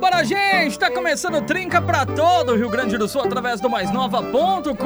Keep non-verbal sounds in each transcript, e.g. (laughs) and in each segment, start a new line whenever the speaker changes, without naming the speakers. Bora, gente! Está começando o Trinca para todo o Rio Grande do Sul através do maisnova.com.br.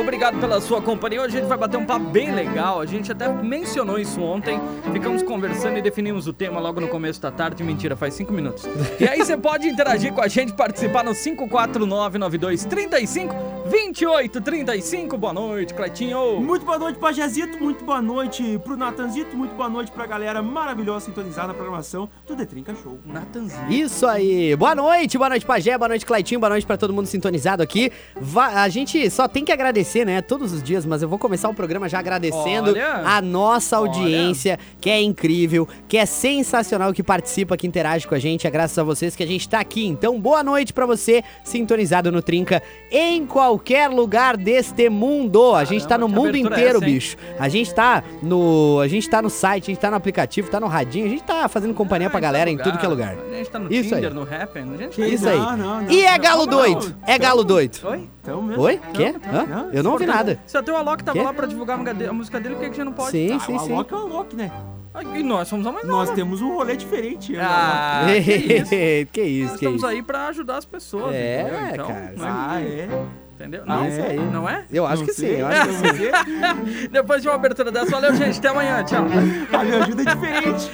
Obrigado pela sua companhia. Hoje a gente vai bater um papo bem legal. A gente até mencionou isso ontem. Ficamos conversando e definimos o tema logo no começo da tarde. Mentira, faz cinco minutos. E aí você pode interagir com a gente, participar no 5499235 2835. Boa noite, Cleitinho.
Muito boa noite, Pajazito. Muito boa noite pro Natanzito. Muito boa noite pra galera maravilhosa sintonizada na programação do The Trinca Show.
Natanzinho.
Isso aí. Boa noite, boa noite, Pajé, boa noite, Claitinho, boa noite pra todo mundo sintonizado aqui. Va- a gente só tem que agradecer, né? Todos os dias, mas eu vou começar o programa já agradecendo
Olha.
a nossa
Olha.
audiência, que é incrível, que é sensacional, que participa, que interage com a gente. É graças a vocês que a gente tá aqui. Então, boa noite pra você, sintonizado no Trinca, em qualquer lugar deste mundo. A gente tá no
Caramba, que
mundo
abertura é
inteiro,
essa, hein?
bicho. A gente tá no, a gente tá no site, a gente tá no aplicativo, tá no radinho, a gente tá fazendo companhia pra
Ah, em
galera
todo
em tudo que é lugar.
A gente tá no
Isso aí.
Tinder, no Happn. A gente tá-
Isso aí.
Ah, Não, não, não.
E é galo
Não,
doido. É galo doido.
Oi?
Então mesmo.
Oi? Quê? Hã?
não,
Eu não ouvi nada.
Se até o Alok tava
Quê?
lá pra divulgar a música dele- a música dele, por que que já não pode?
Sim,
Ah, o
sim, sim.
Alok é o Alok, né?
Ah, E nós somos a mais nova.
Nós temos um rolê diferente. né, Alok?
Ah, que isso.
(laughs) que isso,
Nós
que
estamos
isso.
aí pra ajudar as pessoas.
É,
entendeu? Então,
cara,
não
Ah, é?
Entendeu?
Ah,
Não,
isso aí.
não é?
Eu acho
Não
que sim,
sei.
eu acho que sim.
Depois de uma abertura dessa, valeu, gente. Até amanhã, tchau.
A minha ajuda é diferente.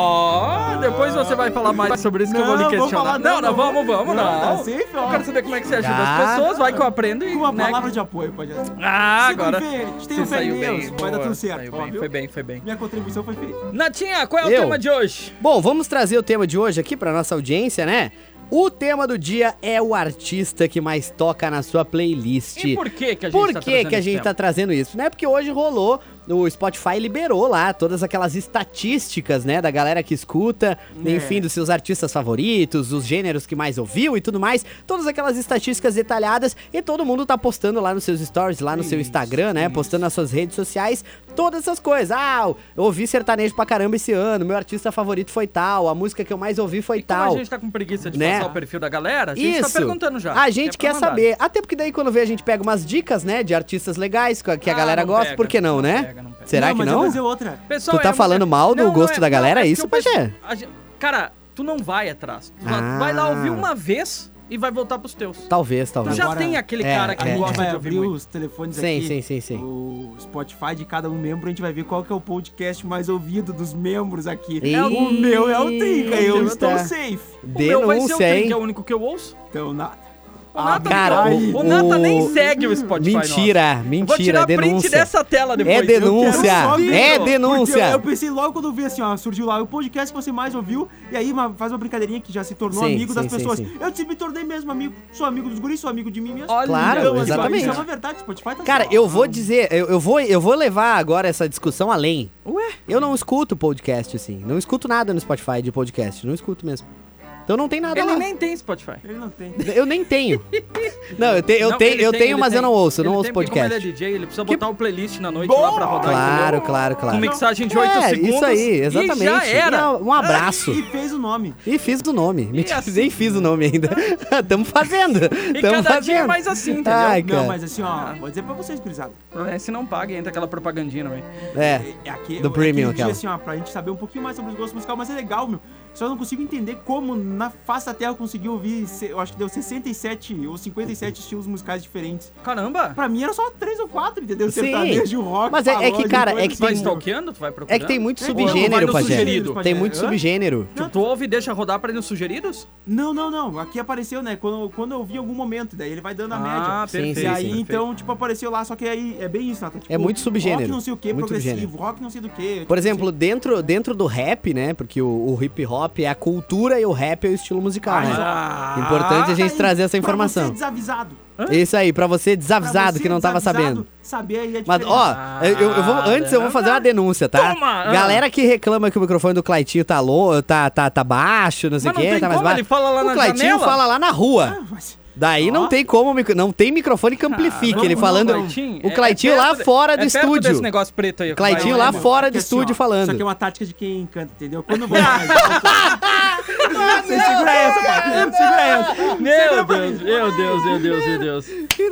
Oh, depois você vai falar mais sobre isso que eu vou lhe
Não, vou
questionar.
falar
não, não,
não,
vamos, vamos, não.
Não, tá safe,
eu
ó.
quero saber como é que você ajuda as
Ah.
pessoas, vai que eu aprendo e.
Com uma
né?
palavra de apoio, Pajazito.
Ah, agora.
A gente tem
Você
um fé em
saiu
Deus.
bem,
Vai dar
boa,
tudo
saiu
certo, ó,
bem,
viu?
Foi bem, foi bem.
Minha contribuição foi feita.
Natinha, qual é o
Eu?
tema de hoje?
Bom, vamos trazer o tema de hoje aqui pra nossa audiência, né? O tema do dia é o artista que mais toca na sua playlist.
E por que que a gente
Por
tá
que,
trazendo
que a
esse
gente
tema?
tá trazendo isso? Né? Porque hoje rolou, o Spotify liberou lá todas aquelas estatísticas, né? Da galera que escuta,
É.
enfim, dos seus artistas favoritos, os gêneros que mais ouviu e tudo mais. Todas aquelas estatísticas detalhadas e todo mundo tá postando lá nos seus stories, lá no seu Instagram, né? Postando nas suas redes sociais, todas essas coisas. Ah, eu ouvi sertanejo pra caramba esse ano, meu artista favorito foi tal, a música que eu mais ouvi foi
E como
tal.
a gente tá com preguiça de passar
Né?
o perfil da galera, a gente
Isso.
tá perguntando já.
A gente
É pra
quer
mandar.
saber. Até porque daí quando vê a gente pega umas dicas, né, de artistas legais que a que a
Ah,
galera
não
gosta,
pega,
por que não,
não
né?
pega, não pega.
Será que
mas eu
não?
vou fazer outra.
Pessoal,
Tu tá
é, mas
falando
é-
mal do gosto da galera? é
que
Isso,
o pessoal-
Pajé?
a gen- Cara, tu não vai atrás. Tu vai-
Ah.
vai lá ouvir uma vez e vai voltar pros teus.
Talvez,
Tu
talvez.
já
Agora-
tem aquele
É,
cara que
é,
Agora
gosta
vai
de ouvir
abrir
muito.
os telefones
Sim,
aqui.
sim, sim, sim.
O Spotify de cada um membro, a gente vai ver qual que é o podcast mais ouvido dos membros aqui.
Eita.
O meu é o Trinca, eu estou
Eita.
safe.
O meu vai ser o Trin,
Denúncia,
que é
hein? Ah,
o único que eu ouço.
Então, nada.
O Nata,
cara,
o,
o-
o Nata nem
o-
segue o Spotify
Mentira,
nosso. Eu Vou
mentira,
tirar
é
print
denúncia.
dessa tela depois.
É
Eu quero só
denúncia,
ver,
é
ó.
Porque eu, eu
denúncia.
pensei logo quando eu vi assim, ó, surgiu lá o podcast que você mais ouviu, e aí uma- faz uma brincadeirinha que já se tornou
Sim,
amigo
sim,
das
sim,
pessoas.
sim.
Eu te- me tornei mesmo amigo, sou amigo dos guris, sou amigo de mim mesmo.
Olha,
Claro,
então,
assim,
exatamente.
Isso é uma verdade, Spotify tá
Cara,
assim, ó,
eu vou
um-
dizer, eu, eu vou, eu vou levar agora essa discussão além.
Ué?
Eu não escuto podcast, assim. Não escuto nada no Spotify de podcast. Não escuto mesmo. Então não tem nada
Ele
lá.
nem tem Spotify.
Ele não tem.
Eu nem
(laughs)
tenho. Não, eu, te, eu,
Não,
tenho,
ele
eu
tem,
tenho,
ele
mas eu
tem.
não ouço. Eu não
Ele
ouço
tem, porque
podcast.
Como ele é DJ, ele precisa botar o playlist na noite
Bom!
lá pra rodar.
Claro,
entendeu?
claro,
Com
claro.
mixagem de 8
É,
segundos.
isso aí,
E
exatamente.
já era.
Não, Um abraço.
E fez o nome.
E fiz o nome. Me- (laughs)
assim-
Nem fiz o nome ainda. (laughs) Tamo fazendo.
E
Tamo
cada dia é
fazendo.
mais assim, entendeu?
Ai,
Não,
cara.
mas assim, ó, vou dizer pra vocês, gurizada.
O problema é se não paga, entra aquela propagandinha né? também.
É.
É aquele,
Do premium,
aquele dia,
aquela.
assim, ó, pra gente saber um pouquinho mais sobre os gostos musicais, mas é legal, meu. Só não consigo entender como na face da Terra eu consegui ouvir, se- eu acho que deu 67 ou 57 estilos musicais diferentes.
Caramba!
Pra mim era só três ou quatro, entendeu?
Sim.
Sertanejo, rock,
Mas é- é que,
pagode,
cara,
coisa
é que
Tu vai
tem-
assim.
stalkeando? Tu vai procurando?
É que tem muito
É, vai
subgênero,
no
Pajé.
sugerido,
Tem
Pajé.
muito
Hã?
subgênero.
Tu, tu ouve e deixa rodar pra ir nos sugeridos?
Não, não, não. Aqui apareceu, né? Quando, quando eu vi em algum momento, daí ele vai dando a média.
Ah, sim,
Ah, perfeito.
E aí,
sim.
então, tipo, apareceu lá, só que aí é bem isso, Nata. Tipo,
É muito subgênero,
Rock não sei o que,
muito
progressivo,
subgênero.
rock não sei do tipo, que.
Por exemplo, dentro, dentro do rap, né? Porque o, o hip hop é a cultura e o rap é o estilo musical, né?
Ah,
Importante a gente trazer essa
Pra
informação.
você desavisado.
Isso aí, pra você
Pra
desavisado
você
que não tava
desavisado,
sabendo.
Saber aí é a
Mas, ó, eu, eu vou, antes eu vou fazer uma denúncia, tá?
Toma! Ah.
Galera que reclama que o microfone do Claitinho tá, lo, tá, tá, tá baixo, não sei o
Mas não
quê,
tem
tá mais
como,
baixo.
ele fala lá
o
na
Claitinho
janela. Ah,
fala lá na rua. Daí
Ó.
não tem como, micro- não tem microfone que amplifique.
Caramba,
ele falando.
Claitinho,
o
é-
Claitinho
é
lá
perto-
fora
é
do
perto desse
estúdio.
negócio preto aí.
Claitinho
é,
lá fora do estúdio
assim, Isso
falando. (laughs)
aqui é uma tática de quem canta, entendeu? Quando eu vou lá,
Ah,
Segura essa.
Meu Deus, meu Deus, meu Deus, meu Deus.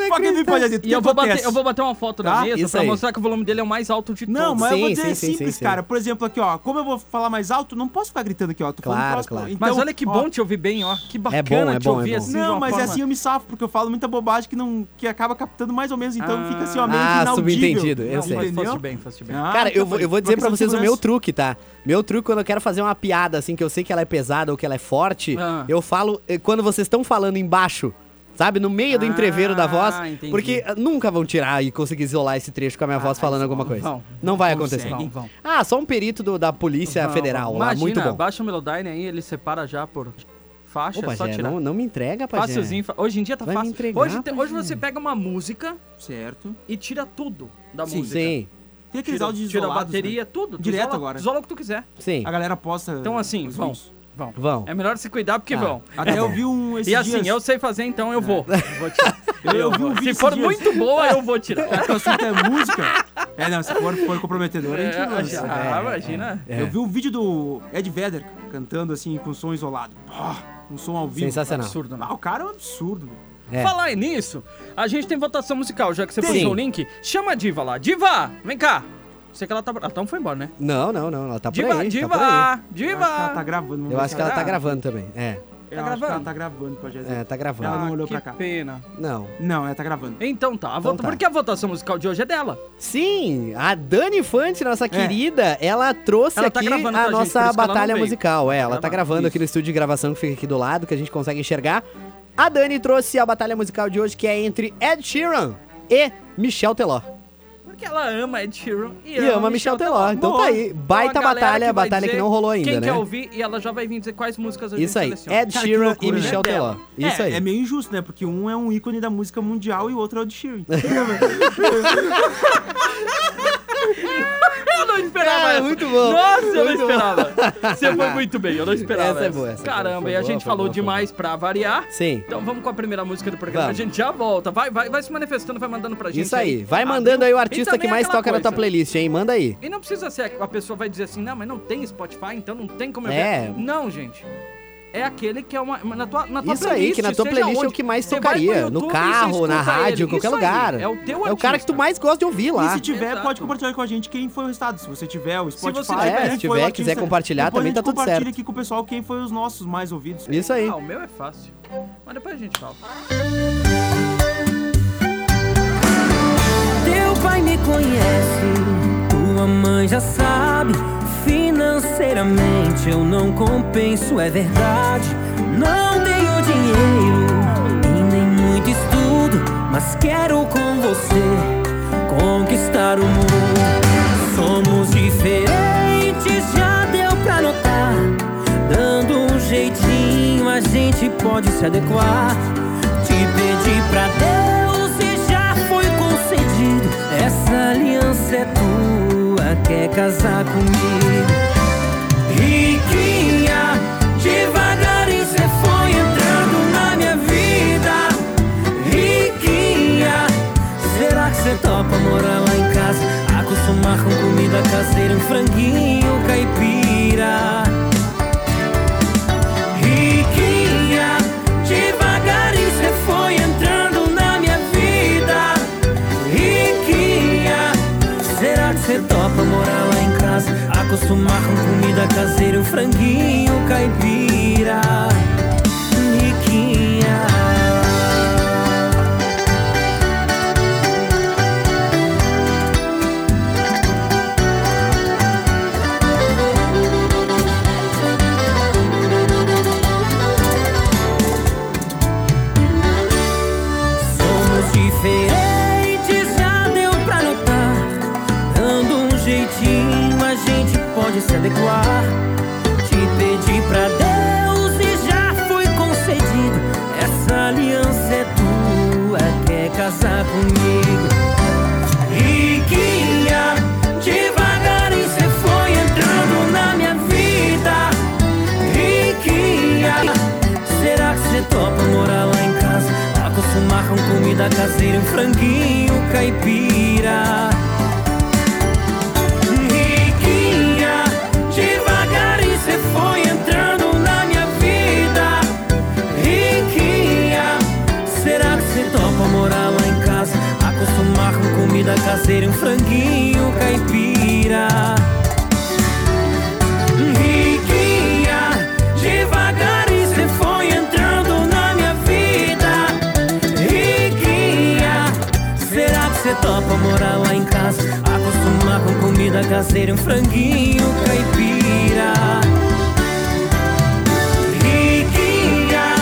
Fucking me pode
E eu vou, bater, eu vou bater uma foto na
Tá?
mesa
Isso
pra
aí.
mostrar que o volume dele é o mais alto de
Não,
todos.
mas eu vou
Sim,
dizer
sim,
é
sim,
simples,
sim, sim.
cara. Por exemplo, aqui, ó. Como eu vou falar mais alto, não posso ficar gritando aqui, ó. Tô falando
Claro,
próximo,
claro.
Mas
então-
olha que
ó,
bom te ouvir bem, ó. Que bacana
bom, é
te
bom,
ouvir
é bom.
assim. de
Não,
uma
mas
forma-
assim eu me safo, porque eu falo muita bobagem que não que acaba captando mais ou menos, então
Ah.
fica assim, ó, meio que
Ah,
inaudível.
subentendido, eu
Não,
sei.
faz- faz de
Entendeu?
bem, faz de bem.
Ah,
Cara,
então
eu vou,
foi-
eu vou
foi
dizer
questão
pra
de
vocês o meu
segurança.
truque, tá? Meu truque, quando eu quero fazer uma piada, assim, que eu sei que ela é pesada ou que ela é forte,
Ah.
eu falo eh, quando vocês estão falando embaixo, sabe? No meio do
Ah,
entreveiro da voz.
entendi. Ah,
Porque eh, nunca vão tirar e conseguir isolar esse trecho com a minha voz falando alguma
vão,
coisa.
vão,
não vai
consegue.
acontecer.
Vão, vão.
Ah, só um perito do- da Polícia
Não,
Federal lá,
imagina,
muito bom.
Baixa o Melodyne aí, ele separa já por faixa,
Ô,
é só
Pajé,
tirar.
não, não me entrega, Pajé.
Fácilzinho. fa- Hoje em dia tá
Vai me
fácil.
entregar,
hoje tem- hoje
Pajé.
você pega uma música
Certo.
e tira tudo da
Sim.
música.
Sim,
Tem aqueles
Tira,
áudios
tira a
isolados, né?
bateria, tudo. tu
Direto
isola-
agora.
Isola o que tu quiser.
sim.
A galera posta.
Então, assim,
os
vão.
vídeos.
Vão.
Vão.
É melhor se cuidar porque
Ah.
vão.
Até eu vi um esses
E assim,
dias-
eu sei fazer, então eu vou. Vou tirar.
Eu- eu vi
vou.
um vídeo
Se
esses
for
dias.
muito boa, eu vou tirar.
Já que o assunto é música. É, não, se for, for comprometedor, a gente
É,
lança.
já, imagina.
É.
Eu vi um vídeo do Ed Vedder cara, cantando assim, com som isolado. Pô, um som ao vivo.
Sensacional.
Absurdo, né?
Ah, o cara é um absurdo. meu.
É.
Falar nisso, a gente tem votação musical, já que você
Sim.
puxou o link. Chama a diva lá. Diva, vem cá. Sei que ela tá. Ela tá- foi embora, né?
Não, não, não. Ela tá por
diva,
aí.
diva,
Tá por aí.
Eu
diva.
acho que ela tá gravando. vamos
Eu
ver
acho
se
que ela tá
Será?
gravando também. É,
Eu
Tá
acho que ela
gravando?
tá gravando, pode dizer.
é tá
Ela
gravando.
não
Ah,
olhou
que
pra cá.
pena.
Não.
Não, ela tá gravando.
Então tá, a vota-
tá.
porque a votação musical de hoje é dela.
Sim, a Dani Fante, nossa querida, ela trouxe
É. Ela tá
aqui
gravando pra
a
gente,
nossa
por isso que ela não
batalha
veio.
musical. É, ela tá
gravando,
gravando aqui no estúdio de gravação que fica aqui do lado, que a gente consegue enxergar. A Dani trouxe a batalha musical de hoje, que é entre Ed Sheeran e Michel Teló.
Porque ela ama Ed Sheeran e,
E ama Michel Teló. Então
Boa.
tá aí, baita
Então a galera
batalha,
que vai
batalha que
dizer
não rolou ainda,
Quem é
né?
quer ouvir e ela já vai vir dizer quais músicas a gente
Isso aí,
seleciona.
Ed
Cara, que
Sheeran
loucura,
e
né?
Michel Teló.
Dela.
Isso
é,
aí.
é meio injusto, né? Porque um é um ícone da música mundial e o outro é o de
(laughs)
Sheeran.
Eu não esperava
Ah,
essa.
muito bom.
Nossa, eu não
Muito bom.
esperava. Você
(laughs)
foi muito bem, eu não esperava.
Essa é boa, essa é boa.
Caramba,
Foi
e a
boa,
gente
foi
falou
boa, foi
demais pra variar.
Sim.
Então vamos com a primeira música do programa.
Vamos.
A gente já volta. Vai, vai, vai se manifestando, vai mandando pra gente.
Isso aí, vai mandando aí o
Então,
artista
é
que mais toca na tua
playlist.
playlist, hein? Manda aí.
E não precisa ser a pessoa vai dizer assim, não, mas não tem Spotify, então não tem como eu
É.
ver. Não, gente. É aquele que é uma. uma- Na tua, na tua
Isso aí, que na tua
seja
playlist é o
onde.
que mais
Você vai pro
tocaria. No
YouTube e
carro,
você
na
escuta
rádio, em
ele.
qualquer
Isso aí,
lugar.
É o teu
É o cara que
artista.
tu mais gosta de ouvir
E
lá.
se tiver,
Exato.
pode compartilhar com a gente quem foi o resultado. Se você tiver o Spotify,
você
tiver,
quem
É, se
foi o
tiver,
artista,
quiser compartilhar
depois
também
a gente
tá tudo
compartilha
certo.
aqui com o pessoal quem foi os nossos mais ouvidos.
Isso aí.
Ah, o meu é fácil. Mas depois a gente fala.
Teu pai me conhece, tua mãe já sabe. Financeiramente eu não compenso, é verdade. Não tenho dinheiro e nem muito estudo, mas quero com você conquistar o mundo. Somos diferentes, já deu pra notar. Dando um jeitinho, a gente pode se adequar. Te pedi pra Deus e já foi concedido. Essa aliança é tua, quer casar comigo. Riquinha, devagarinho cê foi entrando na minha vida. Riquinha, será que cê topa morar lá em casa? Acostumar com comida caseira, um franguinho caipira. Riquinha, devagarinho cê foi entrando na minha vida. Riquinha, será que cê topa morar lá em casa? Acostumar com comida caseira e um franguinho caipira. Riquinha. Somos diferentes, já deu pra notar. Dando um jeitinho, a gente pode se adequar. Te pedi pra Deus e já foi concedido. Essa aliança é tua, quer casar comigo. Riquinha, devagarinho cê foi entrando na minha vida. Riquinha, será que cê topa morar lá em casa? Acostumar com comida caseira, um franguinho caipira. Riquinha, devagarinho cê foi entrando na minha vida. um franguinho caipira. Riquinha, devagar e cê foi entrando na minha vida. Riquinha, será que cê topa morar lá em casa? Acostumar com comida caseira e um franguinho caipira. Riquinha,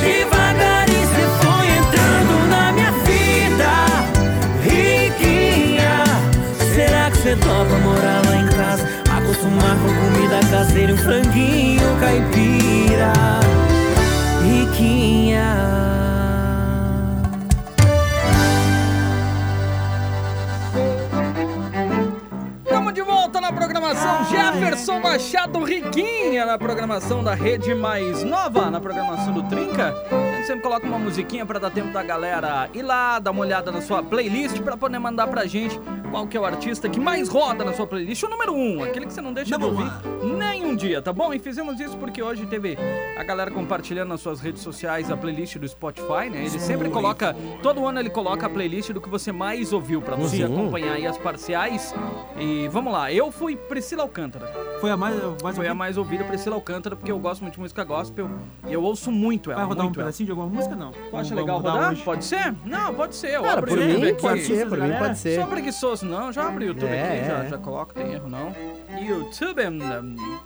devagarinho cê foi entrando na minha vida. Riquinha, será que cê topa morar lá em casa? Acostumar com comida caseira e um franguinho caipira. Riquinha.
Estamos de volta na programação Jefferson Machado Riquinha, na programação da Rede Mais Nova, na programação do Trinca. A gente sempre coloca uma musiquinha para dar tempo da galera ir lá, dar uma olhada na sua playlist, para poder mandar pra gente qual que é o artista que mais roda na sua playlist. O número um, aquele que você não deixa de
Number
ouvir nem um dia, tá bom? E fizemos isso porque hoje teve a galera compartilhando nas suas redes sociais a playlist do Spotify, né? Ele sempre coloca, todo ano ele coloca a playlist do que você mais ouviu para você acompanhar aí as parciais. E vamos lá, eu fui Priscila Alcântara.
Foi a mais. mais
Foi a mais ouvida Priscila Alcântara porque eu gosto muito de música gospel e eu ouço muito ela,
Vai rodar um
muito ela.
pedacinho de alguma música? Não.
Tu acha
Vamos
legal
rodar
rodar?
hoje.
Pode ser? Não, pode ser. Eu
Cara,
abro
por
o YouTube
mim
aqui.
pode ser, por mim
Galera,
pode ser.
Sou preguiçoso, não. Já abre o YouTube
É,
aqui,
é,
já,
é.
já coloco, tem erro não. YouTube. hum, hum.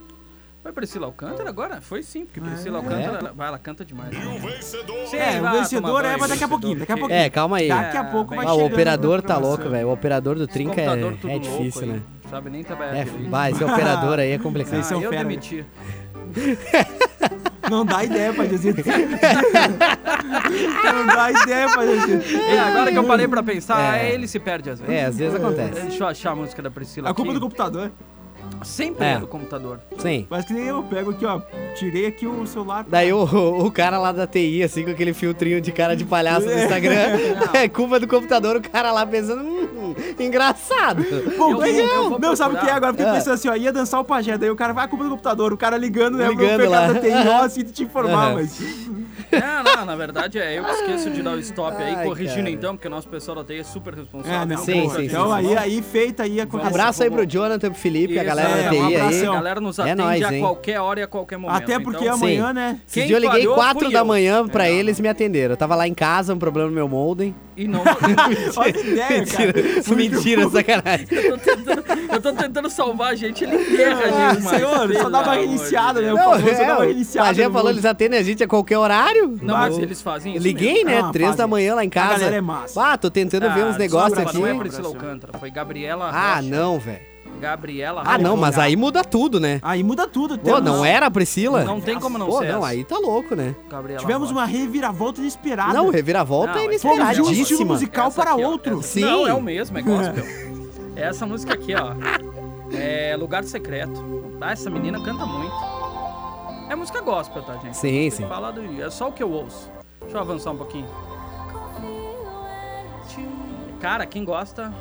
Foi Priscila Alcântara agora? Foi sim, porque
É.
Priscila Alcântara. Ela, vai, ela canta demais. né? E o vencedor.
É, o vencedor é, mas daqui a pouquinho, daqui a pouquinho.
É, calma aí.
Daqui
É,
a pouco vai
Ah, o
chegando
operador
na
tá louco,
programação.
velho. O operador do Trinca é, é difícil, né?
Sabe nem trabalhar
É,
direito.
vai, esse operador aí é complicado.
Vocês
Ah,
são
eu
fera,
demiti.
Não dá ideia pra dizer. Não dá ideia pra dizer.
É, agora que eu parei pra pensar,
É.
ele se perde às vezes.
É, às vezes acontece.
Deixa eu achar a música da Priscila.
A culpa é
aqui.
do computador.
Sempre
É.
é do computador.
Sim.
Parece que nem eu pego aqui, ó. Tirei aqui o celular.
Daí o, o cara lá da TI, assim, com aquele filtrinho de cara de palhaço no Instagram, é culpa do computador, o cara lá pensando, hum, engraçado.
Bom,
Eu
mas
vou- eu
eu-
vou
não, sabe o que é?
procurar.
Agora eu fiquei
Ah.
pensando assim, ó, ia dançar o pajé, daí o cara vai, a culpa do computador, o cara ligando, né?
Ligando
eu
lá.
da TI, ó, assim, te informar,
Aham.
mas...
Não, não, na verdade é eu que esqueço de dar o stop aí,
Ai,
corrigindo
cara.
então, porque o nosso pessoal da TI é super responsável. assim,
É, não,
Sim,
porra,
sim,
então
sim,
aí, aí, feita aí, aconteceu.
Abraço aí pro Jonathan, pro Felipe, a
Isso,
galera
é,
da
um
TI aí.
abração.
A galera nos
É
atende
nóis,
a
hein?
qualquer hora e a qualquer momento.
Até porque
então,
Sim.
amanhã,
(laughs)
né?
Esse
Quem
dia eu liguei
falhou
4
fui
da
eu.
manhã pra
É.
eles me atenderam. Eu tava lá em casa, um problema no meu modem.
E não. (laughs)
Olha a ideia,
(laughs) Mentira,
É, cara.
mentira, sacanagem.
Eu tô, tentando, eu tô tentando salvar a gente, ele enterra a
Ah,
gente, mano.
senhor,
Pelo
só dá uma
amor de
reiniciada,
Deus.
né?
Não,
famoso dá uma
é, o
reiniciada
Pajé
no
falou,
mundo.
eles atendem a gente a qualquer horário.
Não, mas
Eu-
eles fazem isso.
Liguei,
mesmo.
né?
Ah,
Três da
fazem.
manhã lá em casa.
galera é massa.
Ah, tô tentando ver
Ah,
uns negócios
desculpa,
aqui.
Não é Priscila Alcântara, foi Gabriela.
Ah,
Rocha.
não, velho.
Gabriela.
Ah,
Rocha.
não, mas aí muda tudo, né?
Aí muda tudo.
Pô,
temos-
não é. era a Priscila?
Não tem como não
Pô,
ser.
não,
essa.
aí tá louco, né?
Gabriela
Tivemos
Rocha.
uma reviravolta inesperada.
Não, reviravolta
Não,
é
é que é
Fomos de um estilo
inesperadíssima.
musical
Essa
para
aqui, ó.
outro.
Essa-
Sim.
Não, é o mesmo, é gospel. É (laughs) essa música aqui, ó. É Lugar Secreto. Ah, essa menina canta muito. É música gospel, tá, gente?
Sim,
Tem
sim.
que falar do- É só o que eu ouço. Deixa eu avançar um pouquinho. Cara, quem gosta.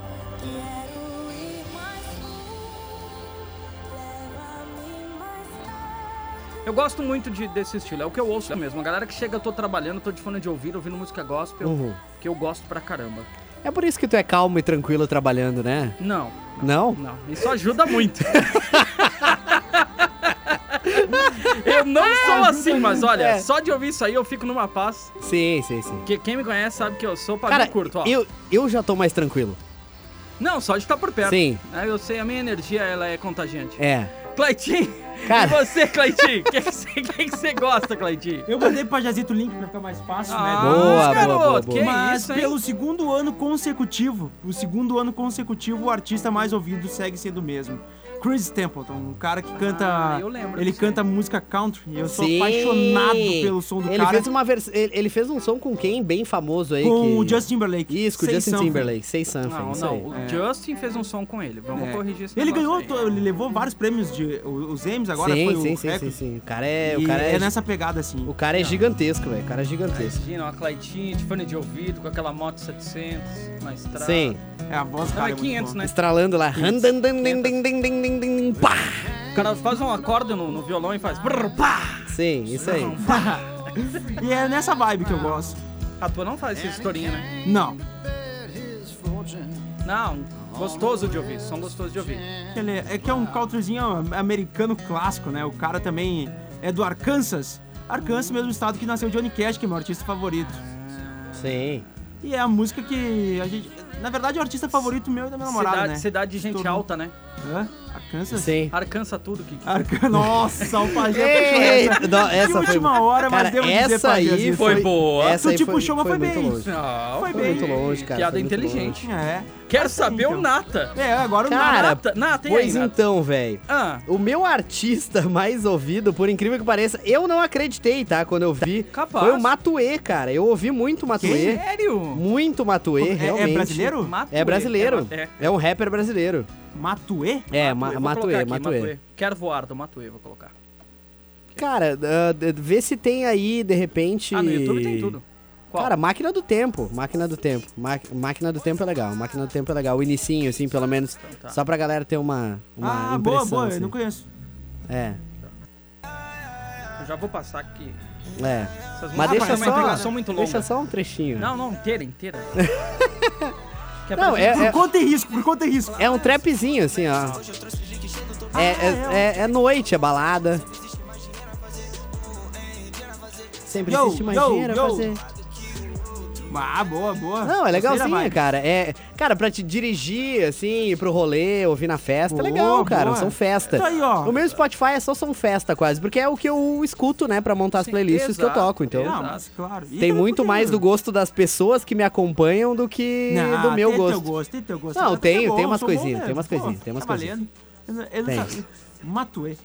Eu gosto muito de- desse estilo, é o que eu ouço mesmo. A galera que chega, eu tô trabalhando, tô de fone de ouvido, ouvindo música gospel,
Uhum.
que eu gosto pra caramba.
É por isso que tu é calmo e tranquilo trabalhando, né?
Não,
Não?
não, isso ajuda
(laughs)
muito. eu não sou assim, mas olha,
É.
só de ouvir isso aí eu fico numa paz.
Sim, sim, sim.
Que quem me conhece sabe que eu sou
Cara,
pavio curto, ó.
eu, eu já tô mais tranquilo.
Não, só de estar por perto.
Sim.
Aí eu sei, a minha energia, ela é contagiante.
É.
Claitinho,
Cara.
e você, Claitinho? (laughs) O que que você que que você gosta, Claitinho?
Eu mandei pro Jazito o link pra ficar mais fácil,
Ah,
né?
boa, boa, boa,
garoto,
boa.
que
Mas
isso, hein?
pelo segundo ano consecutivo, o segundo ano consecutivo, o artista mais ouvido segue sendo o mesmo. Chris Templeton, um cara que canta.
Ah, eu lembro
ele
disso
canta música country. e Eu sou
Sim.
apaixonado pelo som do
ele
cara.
Fez uma vers... ele, ele fez um som com quem bem famoso aí?
com o
que...
Justin Timberlake.
Isso, com o
Say
Justin
Something.
Timberlake. Say something.
Não,
isso
não,
aí.
o Justin fez um som com ele, vamos
É.
corrigir isso.
Ele ganhou, to- ele levou vários prêmios de. o- Os Emmys agora
sim,
foi
sim,
o
sim, sim,
recorde.
sim. O cara é.
E
O cara é,
é nessa pegada assim.
o cara é gigantesco, velho. O cara é gigantesco.
Imagina, uma Claitinho de fone de ouvido, com aquela moto 700 na estrada.
Sim.
É a voz
Não,
do cara.
é
é muito
500,
boa.
né?
Estralando lá. Pá!
O cara faz um acorde no, no violão e faz. brrr, pá!
Sim, isso aí.
(laughs) E é nessa vibe que
Ah.
eu gosto.
É. A tua não faz essa historinha, né?
Não.
Não. Gostoso de ouvir, som gostoso de ouvir.
Ele é, é que é um countryzinho americano clássico, né? O cara também é do Arkansas. Arkansas, mesmo estado que nasceu Johnny Cash, que é meu artista favorito.
Sim.
E é a música que a gente... Na verdade, é o artista favorito meu e da minha namorada,
Cidade,
né?
cidade de gente
Tudo.
alta, né?
Hã? Arkansas?
Sim.
Arcança tudo que.
Ah,
Arca... Nossa, o pajé puxou
Eita, não,
De
essa foi
última hora, mas
cara,
devo dizer,
essa
Pajé,
aí
assim,
foi
foi boa.
Essa
Tu
aí
te
foi,
puxou, mas
foi
foi
muito
bem.
longe.
Ah,
Foi
Foi
bem.
muito longe, cara.
Piada
foi muito
inteligente.
longe.
essa. É.
Quero
Assim,
saber o
então.
Nata.
É, agora
Cara,
o Nata.
Nata, Nata, e aí,
Pois
Nata?
então, velho.
Ah,
O meu artista mais ouvido, por incrível que pareça, eu não acreditei, tá? Quando eu vi.
Capaz.
Foi o Matuê, cara. Eu ouvi muito Matuê.
sério?
Muito Matuê,
É-
realmente.
É brasileiro?
Matuê.
É brasileiro.
É,
É um rapper brasileiro.
Matuê?
É,
Matuê,
Ma-
vou
Matuê,
colocar
Matuê.
aqui, Quero voar do Matuê, vou colocar.
Cara, ah, d- vê se tem aí, de repente.
Ah, no YouTube tem tudo. Qual?
Cara, Máquina do Tempo, Máquina do Tempo. Ma- Máquina do Tempo é legal, Máquina do Tempo é legal. O inicinho, assim, pelo menos,
tá.
só pra galera ter uma, uma
Ah, boa,
impressão.
boa,
assim.
eu não conheço.
É,
Eu já vou passar aqui.
é.
Essas músicas
Mas deixa
também têm Ah, uma
só,
som muito longa.
deixa só um trechinho.
Não, não, inteira,
(laughs)
inteira. Quer
Não, é,
Por
é,
conta e risco, por conta e risco.
é um trapzinho, assim, ó. É, é, é- é noite, é balada. Sempre
Yo,
existe mais
yo,
dinheiro a
yo.
fazer.
Ah, boa, boa.
Não, é
Gostei
legalzinho,
da vibe.
cara. É, cara, pra te dirigir, assim, ir pro rolê, ouvir na festa, é
Boa,
legal, cara.
boa.
São festa.
Isso aí, ó.
O meu Spotify é só são festa, quase, porque é o que eu escuto, né, pra montar as
Sim,
playlists que eu
exato,
toco. Então,
exato.
Não, mas claro. E
tem
também
muito
porque-
mais do gosto das pessoas que me acompanham do que
Não,
do meu
tem
gosto.
Teu gosto. Tem teu gosto.
Não,
Mas
tem-
você é bom,
tem umas
sou bom
coisinhas,
mesmo.
tem umas
Pô,
coisinhas, tem umas
tá valendo. Eu não- eu não
Tem.
sabia. Matuê.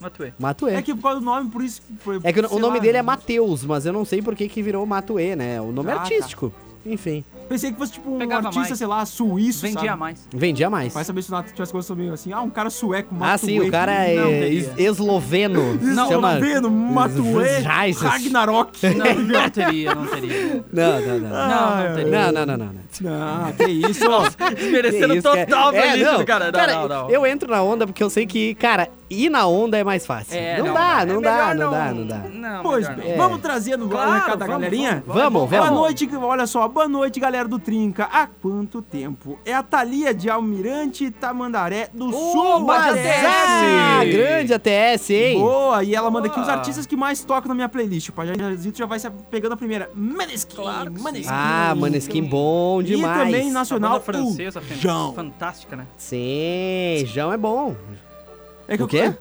Matuê.
Matuê.
É que por causa do nome, por isso... que foi-
É que o
sei
nome
lá,
dele
né?
é Mateus, mas eu não sei por que que virou Matuê, né? O nome é
Ah, tá.
artístico. Enfim,
Pensei que fosse tipo um
Pegava
artista,
mais.
sei lá, suíço,
Vendia
sabe?
mais.
vendia mais.
Vai saber se o Nato tivesse coisas meio assim. Ah, um cara sueco, Matuê.
Ah, sim, o cara é
Não teria.
es- esloveno.
Não, tá
Chama-
vendo, Matuê,
Jesus.
Ragnarok.
Não, não teria, não
(laughs)
teria.
Não, não, não.
Não, não teria.
Não, não, não, não. não.
Tá Não, que isso, ó.
Que
Desmerecendo
isso, cara.
total
É,
a lista
não,
do cara. Não,
cara,
não, não.
Eu entro na onda porque eu sei que, cara, ir na onda é mais fácil.
É,
não, dá, não,
é
dá,
melhor
não dá, não dá.
Não,
Pois
melhor
bem,
É.
vamos trazendo o
Claro,
recado da
vamos,
né, galerinha?
Vamos,
Boa
vamos.
noite, olha só, boa noite, galera do Trinca. Há quanto tempo? É a Thalia de Almirante Tamandaré do Sul.
Mas
ATS.
é, grande ATS, hein?
Boa, e ela manda aqui
Boa.
os artistas que mais tocam na minha playlist. O Pajazito já vai se pegando a primeira. Maneskin, Maneskin.
Ah, mano, skin bom
E
demais. Tá
também
Essa
nacional,
banda francesa,
o
fan-
Jão.
fantástica, né? (laughs)
Sim, Jão é bom.
É que
O quê?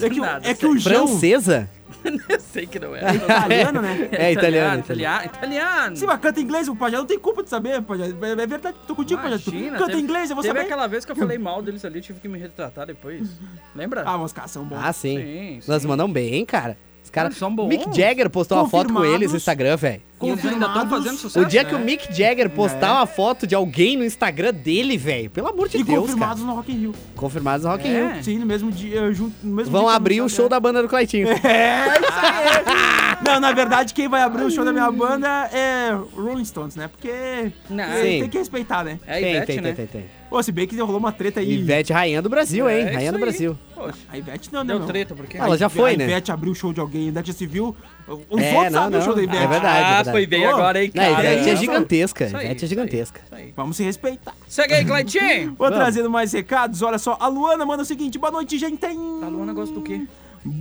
É que, o-
Nada,
é que o Jão...
Francesa?
Eu sei que não é.
Italiano, né?
(laughs) É, italiano. italiano.
Italiano, italiano.
Se mas canta inglês, o Pajé não tem culpa de saber, Pajé. É verdade, tô contigo, Pajé. Tu
Imagina,
Canta
teve-
inglês, eu vou
Teve
saber.
aquela vez que eu falei
(laughs)
mal deles ali, tive que me retratar depois. Lembra?
Ah, os caras são bons.
Ah, sim.
sim,
Nós
sim.
mandam bem, cara. Os caras.
Eles são bons.
Mick Jagger postou uma foto com
Confirmados.
eles no Instagram, velho.
E eles ainda estão fazendo
O
sucesso.
dia que o
né?
Mick
É.
Jagger postar uma foto de alguém no Instagram dele, velho. Pelo amor de
e
Deus,
confirmados no Rock in Rio.
cara. Confirmados no Rock in
É.
Rio.
Sim, no mesmo dia, junto, no mesmo
Vão
dia que
abrir o
começou,
show
né?
da banda do
É,
Claitinho.
(laughs) Não, na verdade, quem vai abrir o show da minha banda é Rolling Stones, né? Porque
Não.
eh,
Sim.
tem que respeitar, né?
É a Ivete, né?
tem.
Ô, se bem que rolou uma treta aí.
Ivete, rainha do Brasil, hein?
É
rainha
isso
do
aí.
Brasil.
Poxa,
A Ivete não, não.
deu
não.
treta, porque...
Ela já foi,
a
né?
Ivete abriu o show de alguém, ainda já se viu. Os
É,
outros
não,
sabem
não.
o show da Ivete.
É verdade, é
ah,
verdade.
foi bem
Ô,
agora, hein,
Não,
cara.
a Ivete é
isso aí,
gigantesca.
Isso
A
aí,
Ivete
isso
é
aí,
gigantesca.
isso aí.
Vamos se respeitar.
Segue aí, Cleitinho.
Vou
Vamos.
trazendo mais recados, olha só. A Luana manda o seguinte, boa noite, gente.
A Luana gosta Tá do quê?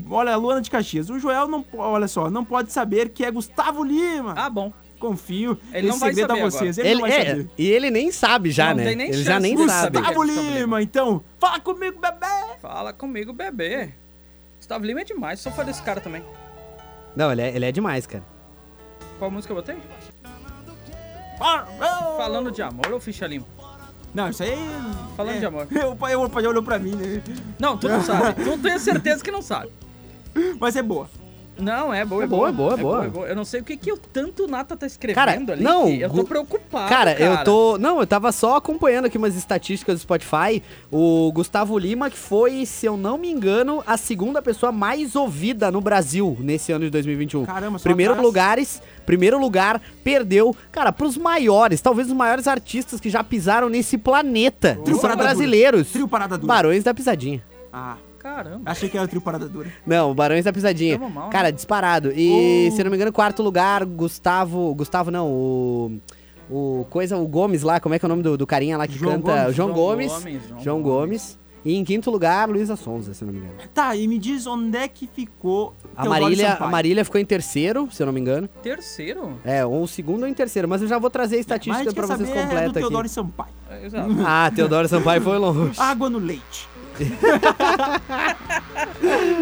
Olha, a Luana de Caxias. O Joel não, po- olha só, não pode saber que é Gustavo Lima.
Ah, bom.
Confio.
Ele não
esse
vai
segredo
saber
a vocês. Ele,
Ele,
não vai
é,
saber.
e ele nem sabe já,
Não
né?
tem nem
ele já
chance
nem
de
sabe.
saber.
Gustavo
Ele é. sabe.
Lima, então, fala comigo, bebê.
Fala comigo, bebê. Gustavo Lima é demais, sou fã desse cara também.
Não, ele é, ele é demais, cara.
Qual música eu botei?
Fala-
Falando de amor ou ficha limpa?
Não, isso aí...
Falando de amor.
O pai, o pai olhou pra mim, né?
Não, tu não
(laughs)
sabe. Tu tenho certeza que não sabe.
Mas é boa.
Não, é boa,
É boa, é boa, é boa.
Eu não sei o que que eu tanto o Nata tá escrevendo
Cara,
ali.
não,
que eu tô
Gu-
preocupado,
Cara, eu tô. Não, eu tava só acompanhando aqui umas estatísticas do Spotify. O Gustavo Lima, que foi, se eu não me engano, a segunda pessoa mais ouvida no Brasil nesse ano de 2021.
Caramba, só um
Primeiro
atrás.
lugares, primeiro lugar, perdeu, cara, pros maiores, talvez os maiores artistas que já pisaram nesse planeta. que
Trio
são
Parada
brasileiros.
Trio Parada Dura.
Barões da Pisadinha.
Ah,
Caramba.
achei que era o Trio Parada Dura.
Não, o Barões da
Tá
Pisadinha.
Tamo mal, né?
cara, disparado. E,
Oh.
se eu não me engano, quarto lugar, Gustavo. Gustavo não, o. o coisa, o Gomes lá, como é que é o nome do, do carinha lá que
João
canta?
Gomes.
João,
João
Gomes.
Gomes, João
João Gomes. E em quinto lugar, Luísa Sonza, se eu não me engano.
Tá, e me diz onde é que ficou
A
Teodoro
Marília, a
Sampaio?
Marília ficou em terceiro, se eu não me engano.
Terceiro?
É, ou o segundo ou em terceiro, mas eu já vou trazer a
Mas a
estatística
gente
pra
quer
vocês
saber é do
completa
Teodoro
aqui.
Sampaio. Ah,
É, Exato.
Ah, Teodoro Sampaio foi longe.
Água no leite.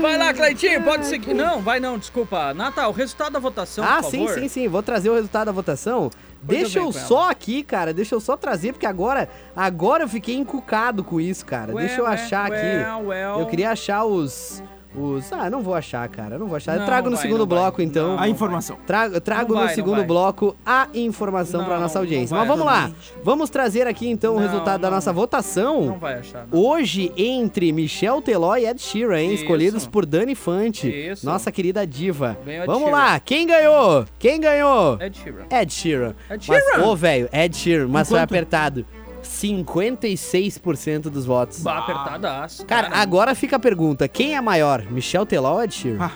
Vai lá, Cleitinho, pode seguir. Não, vai não, desculpa. Natal, o resultado da votação,
Ah,
por
sim,
favor.
sim, sim. Vou trazer o resultado da votação.
Pois
deixa
eu
eu
venho com
só aqui, cara. Deixa eu só trazer, porque agora, agora eu fiquei encucado com isso, cara.
Ué,
deixa eu
ué,
achar
ué,
aqui.
ué.
Eu queria achar os. os... Ah, não vou achar, cara. Não vou achar.
Não,
eu trago
não
no
vai,
segundo
não vai.
bloco, então.
Não,
A
não
informação.
Trago, trago
Não
no
vai, não
segundo
vai.
bloco a informação para
Não,
nossa audiência.
não vai,
Mas vamos lá.
exatamente.
Vamos trazer aqui, então, o
Não,
resultado da
não.
nossa votação.
Não vai achar. não.
Hoje, entre Michel Teló e Ed Sheeran, hein?
Isso.
escolhidos por Dani Fante,
Isso.
nossa querida diva.
Ganhou Ed
Vamos
Sheeran.
lá, quem ganhou? Quem ganhou?
Ed Sheeran.
Ed Sheeran.
Ed
Mas-
Sheeran?
Ô, velho, Ed Sheeran, mas foi
Enquanto-
apertado. 56% dos votos.
Bah, apertadaço.
Cara, agora fica a pergunta, quem é maior, Michel Teló ou Ed Sheeran?
Ah,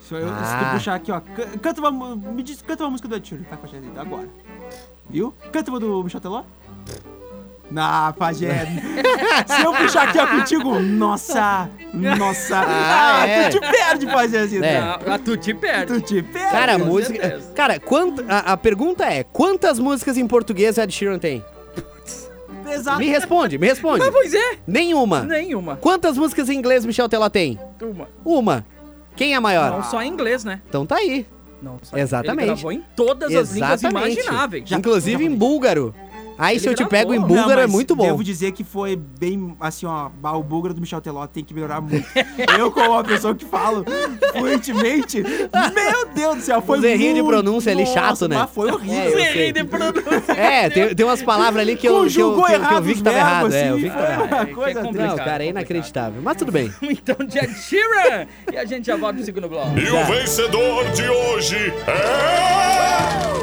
Se eu, se
Ah.
tu puxar aqui, ó. can- Canta uma, mu- me diz, canta uma música do Ed Sheeran. Tá com a gente aí, agora. Viu? Canta uma do Michel Teló. Na pajé.
(laughs)
se eu puxar aqui, ó, contigo. Nossa. Nossa.
Ah,
Ah,
é.
Tu te perde, pajézinho.
É.
Ah, tu te perde.
Tu te perde.
Cara, a
com
música...
certeza.
Cara, quant... a, a pergunta é, quantas músicas em português Ed Sheeran tem?
Exato.
Me responde, me responde.
Ah, pois é.
Nenhuma.
Nenhuma.
Quantas músicas em inglês Michel Teló tem?
Uma.
Uma. Quem é maior?
Não só em inglês, né?
Então tá aí.
Não só
Exatamente.
Ele gravou em todas as línguas imagináveis.
Já-
Inclusive em búlgaro. Aí
Ele
se eu te
gravou.
pego em
Não,
búlgaro é
mas
muito bom.
Devo dizer que foi bem, assim, ó, bah, o búlgaro do Michel Teló tem que melhorar muito. Eu, como uma pessoa que falo fluentemente, meu Deus do céu, foi
Os errinhos de
muito-
pronunciar ali, chato,
Nossa,
né?
Mas foi
É, eu
horrível.
sei.
Errei de pronúncia.
É, tem, tem umas palavras ali que eu, que eu,
Conjugou assim.
que eu- que eu
errado
vi que
os
tava errado.
verbos,
é, eu
sim,
vi que
foi
tava
errado.
errado.
uma
É, que é
coisa
complicado,
Não, cara, é
complicado.
inacreditável. Mas tudo bem.
Então, de Ed Sheeran. E a gente já volta pro segundo bloco.
E o vencedor de hoje é.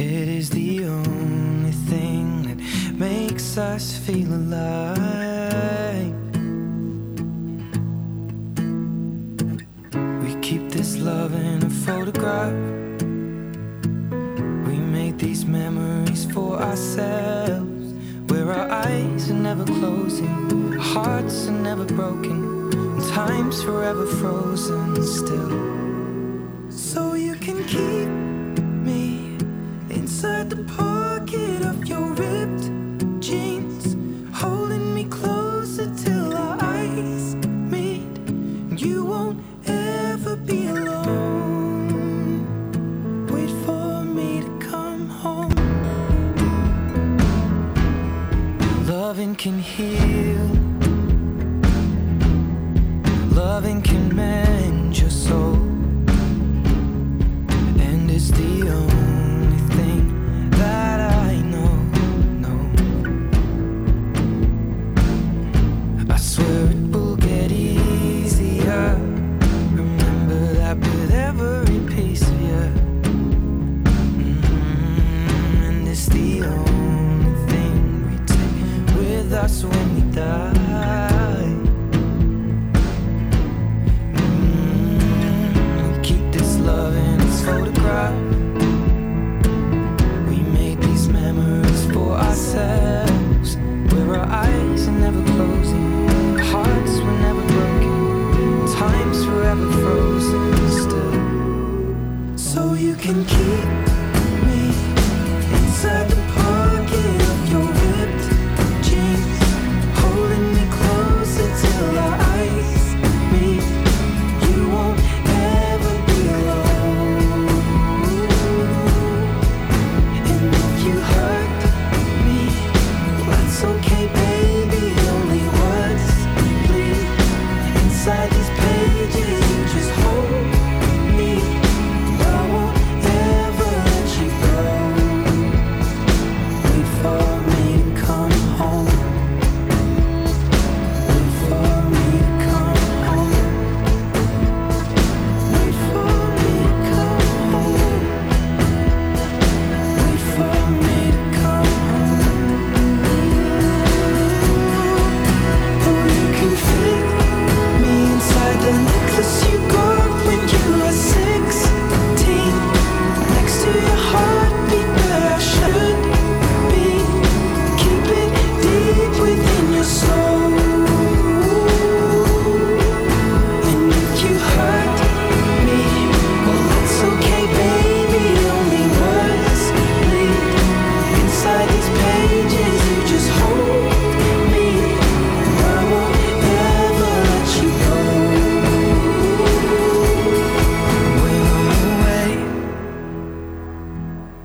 It is the only thing that makes us feel alive. We keep this love in a photograph. We make these memories for ourselves. Where our eyes are never closing, our hearts are never broken, and time's forever frozen still. So you can keep me inside the pocket of your ripped jeans, holding me closer till our eyes meet. And You won't ever be alone. Wait for me to come home. Loving can heal. Loving can mend your soul. And it's the only thing that I know, no I swear it will get easier Remember that with every piece of you Mm, And it's the only thing we take with us when we die Mm-hmm. We keep this love in its photograph. We made these memories for ourselves. Where our eyes are never closing, hearts were never broken, time's forever frozen still. So you can keep me inside the pocket of your ripped jeans, holding me closer till our eyes meet. You won't ever be alone. And if you hurt me, let's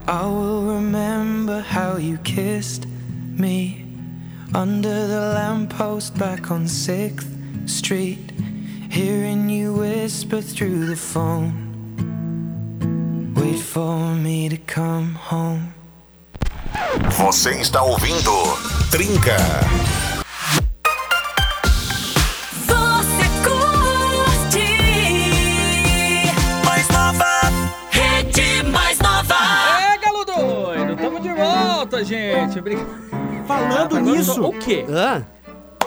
I will remember how you kissed me under the lamppost back on 6th Street, hearing you whisper through the phone. Wait for me to come home.
Você está ouvindo Trinca.
Você curte mais nova, rede mais nova.
É, galo doido, tamo de volta, gente. Obrigado.
Falando
Agora eu
nisso,
tô- O quê?
Hã?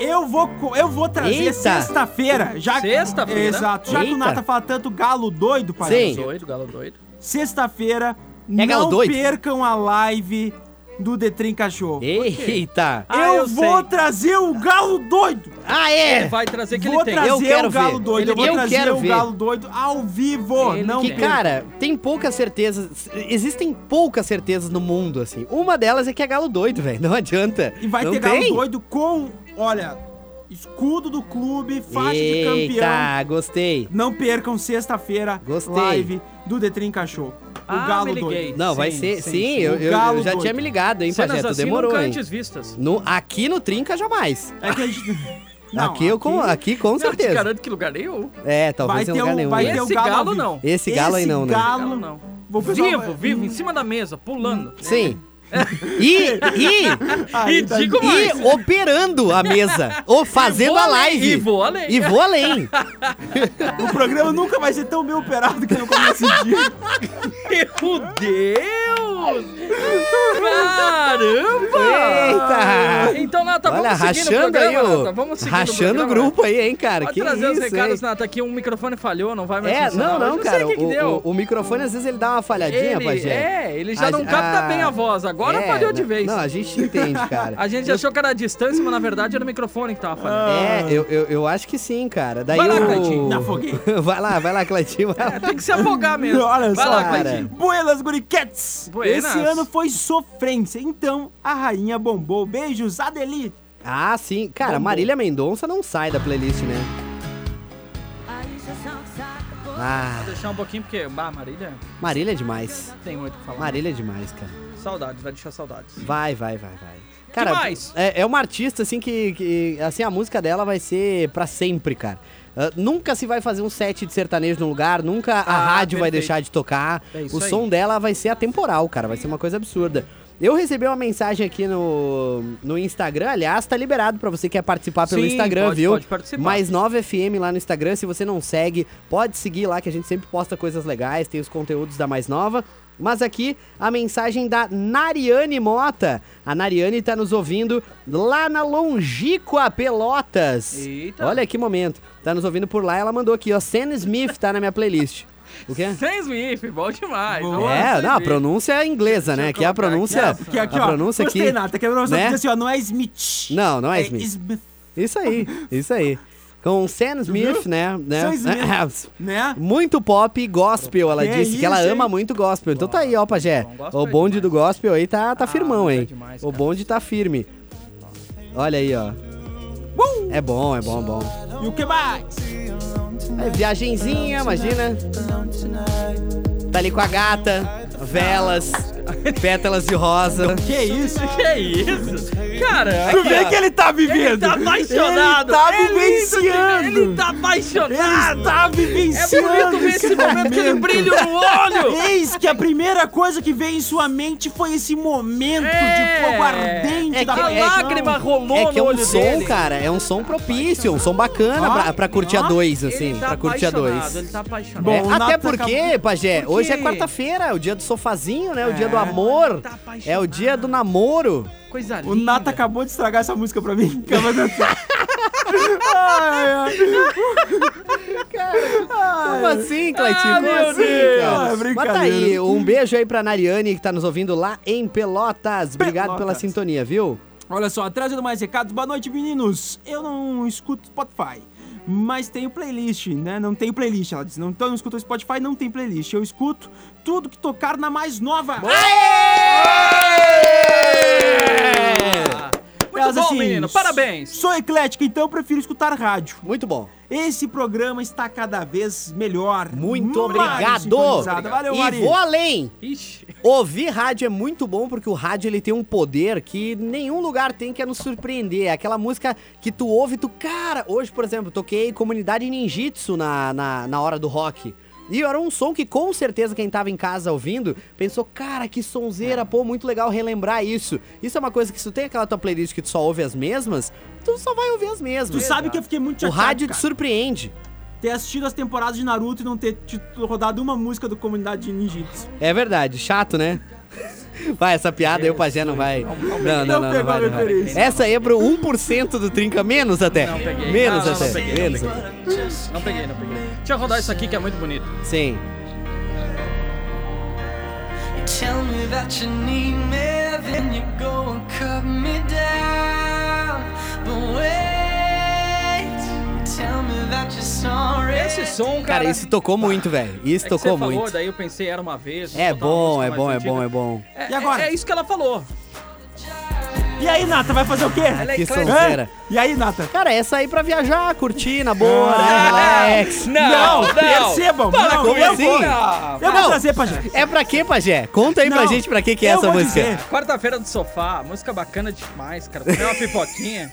eu vou, co- eu vou trazer
Eita.
sexta-feira. já-
Sexta-feira? né?
Exato. Já que
Eita.
o Nata fala tanto galo doido,
Sim.
Doido, galo doido.
Sexta-feira,
É galo
não
doido?
percam a live do Detrim Cachorro.
Eita!
Ah,
eu,
eu
vou
sei.
trazer o galo doido. É,
Aê!
Vai trazer que
vou
ele tem.
trazer
Eu quero
o galo
ver.
doido. Eu
Ele-
vou
eu
trazer
quero
o
ver.
galo doido ao vivo.
Ele
não
que
Que, cara, tem poucas certezas. Existem poucas certezas no mundo, assim. Uma delas é que é galo doido, velho. Não adianta.
E vai
Não
ter galo
tem.
doido com, olha, escudo do clube, faixa de campeão.
Eita, gostei.
Não percam sexta-feira,
Gostei.
live do Detrim Cachorro. O
Ah, me
galo
liguei.
doido.
Não, vai
Sim,
ser.
sim,
Sim,
sim.
eu,
O
eu- eu
galo
já
doido.
tinha me ligado, hein,
Cenas
Pajé? Tu
assim
demorou,
nunca
hein?
antes vistas.
No, aqui no Trinca, jamais.
É que a gente...
(laughs) aqui, eu com, aqui com
Eu te
certeza.
garanto que lugar nenhum.
É, talvez
Vai
em
ter
lugar
um-
nenhum.
vai
né?
ter um-
Esse
galo
galo
vivo.
não.
Esse galo aí não, né?
Galo
galo
não.
Vou pessoal-
Vivo, vivo, em cima da mesa, pulando.
hum. Sim.
(laughs)
E, e,
Aí,
E
tá-
digo mais.
e operando a mesa.
(laughs)
Ou fazendo
vou
a
além,
live.
assim? e vou além.
E vou além.
O programa nunca vai ser tão bem operado que não começa o dia.
(laughs) (laughs) Meu Deus! Caramba!
Eita!
Então, Nata,
Olha,
vamos seguindo
rachando
o programa,
aí o.
Nata. Vamos seguindo
rachando o
programa.
grupo aí, hein, cara.
Pode
que
trazer os
isso,
recados,
hein?
Nata, que um microfone falhou, não vai mais
É,
funcionar.
não, não,
hoje.
cara.
Não sei o que, que
o,
deu.
o- o microfone às vezes ele dá uma falhadinha,
ele,
Bagé.
é, ele já
A-
não capta
a-
bem a voz. Agora
Ah, É,
falhou de
né?
vez.
Não, a gente entende,
(laughs)
cara.
A gente achou que era a distância, mas na verdade era o microfone que tava falando.
É, eu, eu, eu acho que sim, cara. Daí
Ah. Vai lá,
o-
Cleitinho.
Me afoguei.
(laughs) vai lá, vai lá, Cleitinho. Vai lá.
Tem que se afogar
(laughs)
mesmo.
Olha
Vai
só,
lá,
cara.
Cleitinho.
Buenas, guriquetes!
Buenas.
Esse ano foi sofrência, então a rainha bombou. Beijos, Adeli!
Ah, sim.
Tá
Cara, Marília Mendonça não sai da playlist, né? Ah,
Deixar um pouquinho, porque, bah, Marília,
Marília é demais.
tem muito o que falar.
Marília é demais, cara.
Saudades, vai deixar saudades.
Vai, vai, vai, vai.
mais?
É, é uma artista, assim, que, que, Assim, a música dela vai ser pra sempre, cara. Ah, nunca se vai fazer um set de sertanejo num lugar, nunca a
Ah,
rádio vai
perfeito.
deixar de tocar.
É isso
o
aí.
som dela vai ser atemporal, cara. Vai ser uma coisa absurda. Eu recebi uma mensagem aqui no, no Instagram, aliás, tá liberado pra você que quer participar pelo
Sim,
Instagram,
pode-
viu?
pode participar.
Mais 9FM lá no Instagram, se você não segue, pode seguir lá que a gente sempre posta coisas legais, tem os conteúdos da Mais Nova. Mas aqui a mensagem da Nariane Mota. A Nariane tá nos ouvindo lá na Longíqua Pelotas.
Eita.
Olha que momento. Tá nos ouvindo por lá, ela mandou aqui, ó, Sam Smith tá na minha playlist. O quê?
Sem Smith, bom demais.
É, não, a
Sam Smith.
pronúncia é inglesa,
Deixa eu
né? Aqui a
colocar aqui,
pronúncia,
ó,
Que aqui,
a
ó,
pronúncia
gostei,
aqui.
Nata, que a pronúncia
né?
diz assim, ó, não é Smith.
Não, não é Smith.
Smith,
Isso aí, isso aí. Com Sam Smith, né? né?
Sam
(laughs)
Smith. né?
Muito pop e gospel, ela
Que
disse,
isso,
que ela
hein?
ama muito gospel. Então tá aí, ó, Pajé.
bom, é gospel
O
é
bonde
demais.
do gospel aí tá, tá
Ah,
firmão,
mas é
hein?
demais,
o
cara.
bonde tá firme. Olha aí, ó.
Uh!
É bom, é bom, é bom.
E o que mais?
É viagenzinha, imagina. Tá ali com a gata, velas, pétalas
(laughs)
de rosa.
Tá
Que isso?
Que é isso? Cara,
Tu
aqui,
vê
ó,
é
que ele tá vivendo!
tá apaixonado.
Ele tá
Ele-
vivenciando!
Ele tá apaixonado.
Ele tá
É
vivenciando!
bonito ver esse momento que ele brilha no olho.
tá
Eis que a primeira coisa que veio em sua mente foi esse momento
É.
de fogo ardente
É
da
que-
A
é que-
paixão.
lágrima rolou
É que é
no
um
olho
som,
dele.
cara, é um som propício, um som bacana pra, pra curtir a
ó,
dois,
Ele
assim,
tá
pra curtir a dois.
apaixonado, Ele tá apaixonado.
É,
Bom, o
até
Nata
porque,
acabou-
Pajé,
Por
hoje é
quê?
quarta-feira, é o dia do sofazinho, né? O dia do amor.
Tá apaixonado.
é o dia do namoro.
Coisa linda.
O Nata acabou de estragar essa música pra mim. Calma, Nata.
(laughs)
Ai, ai.
Como assim, Cleitinho?
Ah,
Como
meu
assim,
Deus.
cara?
Ah,
Mas tá
brincadeira.
aí, um beijo aí pra Nariane que tá nos ouvindo lá em Pelotas. Obrigado pela
Pelotas.
sintonia, viu?
Olha só, trazendo mais recados. Boa noite, meninos. Eu não escuto Spotify, mas tenho playlist, né? Não tenho playlist, ela disse. Não, então eu não escuto Spotify, não tem playlist. Eu escuto tudo que tocar na mais nova.
Ah, Muito
Elas
bom,
assim,
menino. Parabéns.
Sou eclética, então eu prefiro escutar rádio.
Muito bom.
Esse programa está cada vez melhor.
Muito
Mais
obrigado.
sintonizado. Valeu,
e
Ari.
vou além.
Ixi.
Ouvir rádio é muito bom porque o rádio ele tem um poder que nenhum lugar tem que é nos surpreender. É Aquela música que tu ouve, tu, cara, hoje, por exemplo, toquei comunidade ninjitsu na, na, na hora do rock. E era um som que com certeza quem tava em casa ouvindo pensou, cara, que sonzeira, pô, muito legal relembrar isso. Isso é uma coisa que se tu tem aquela tua playlist que tu só ouve as mesmas, tu só vai ouvir as
Tu
mesmas.
sabe que eu fiquei muito
o
chateado,
rádio te
cara.
surpreende.
Ter assistido as temporadas de Naruto e não ter te- rodado uma música do Comunidade de Ninjitsu.
É verdade, chato, né? (laughs) Vai, essa piada aí o Pajé não vai. Não, não, não.
Não
não,
pegou
vai,
a
não vai.
referência.
Essa aí é pro 1% do Trinca, menos até.
Não peguei.
Menos
Não, não, não
até.
peguei, não
Menos
peguei.
até.
Não peguei, não peguei. Deixa eu rodar isso aqui que é muito bonito.
Sim.
Tell me that you need me, then you go and cut me down. But wait, tell me that you're sorry.
Esse som, cara.
Cara, isso tocou muito, velho. Isso
é que
tocou
você falou,
muito.
daí eu pensei, era uma vez.
É
botar uma
bom,
música
é
mais
bom, é
antiga.
bom, é bom.
É-
E agora?
É, é isso que ela falou.
E aí, Nata, vai fazer o quê?
Ela é
Que
eclética.
som. Sonzeira.
Hã? E aí, Nata?
Cara, essa aí é pra viajar, curtir, na boa, né?
É.
Relax.
Não, percebam,
Para
não,
com
como
isso,
assim?
cara.
Eu vou
Não.
trazer pra gente.
É pra quê, Pajé? Conta aí pra
Não,
gente pra que que é
eu
essa
vou
música.
dizer.
Quarta-feira do sofá, música bacana demais, cara. Comer uma
(laughs)
pipoquinha.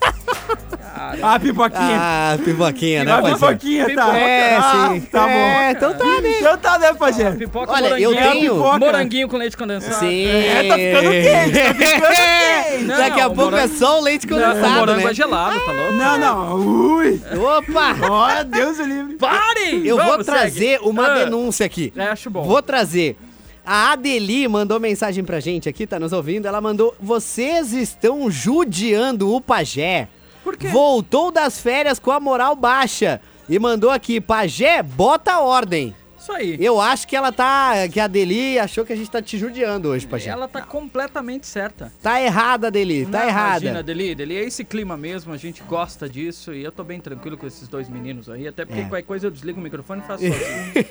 Ah, pipoquinha.
Ah, pipoquinha, né,
Ah,
Pajé?
pipoquinha, tá.
É,
Ah,
sim.
Tá bom.
É, então tá, né?
Então tá, né, Pajé?
Pipoca,
Olha, eu
moranguinho.
tenho-
Moranguinho com leite condensado.
Sim.
É, tá ficando quente, tá
(laughs)
ficando quente.
Não,
Daqui a
o
pouco é
morango-
só o leite
Não, o
condensado,
morango
né?
é gelado, tá louco?
Não, não. Ui.
Opa!
Ó, Deus o livre.
Parem!
Eu vou
Vamos,
trazer
segue.
uma
Ah,
denúncia aqui.
é, acho bom.
Vou trazer. A Adeli mandou mensagem pra gente aqui, tá nos ouvindo. Ela mandou: Vocês estão judiando o pajé.
Por quê?
Voltou das férias com a moral baixa. E mandou aqui: Pajé, bota ordem.
Isso aí.
Eu acho que ela tá. Que a Adeli achou que a gente tá te judiando hoje, pajé.
Ela tá completamente certa.
Tá errada, Adeli, tá
Não,
errada.
Imagina, Deli, Deli, é esse clima mesmo, a gente gosta disso e eu tô bem tranquilo com esses dois meninos aí, até porque
É.
qualquer coisa eu desligo o microfone e
(laughs)
faço sozinho.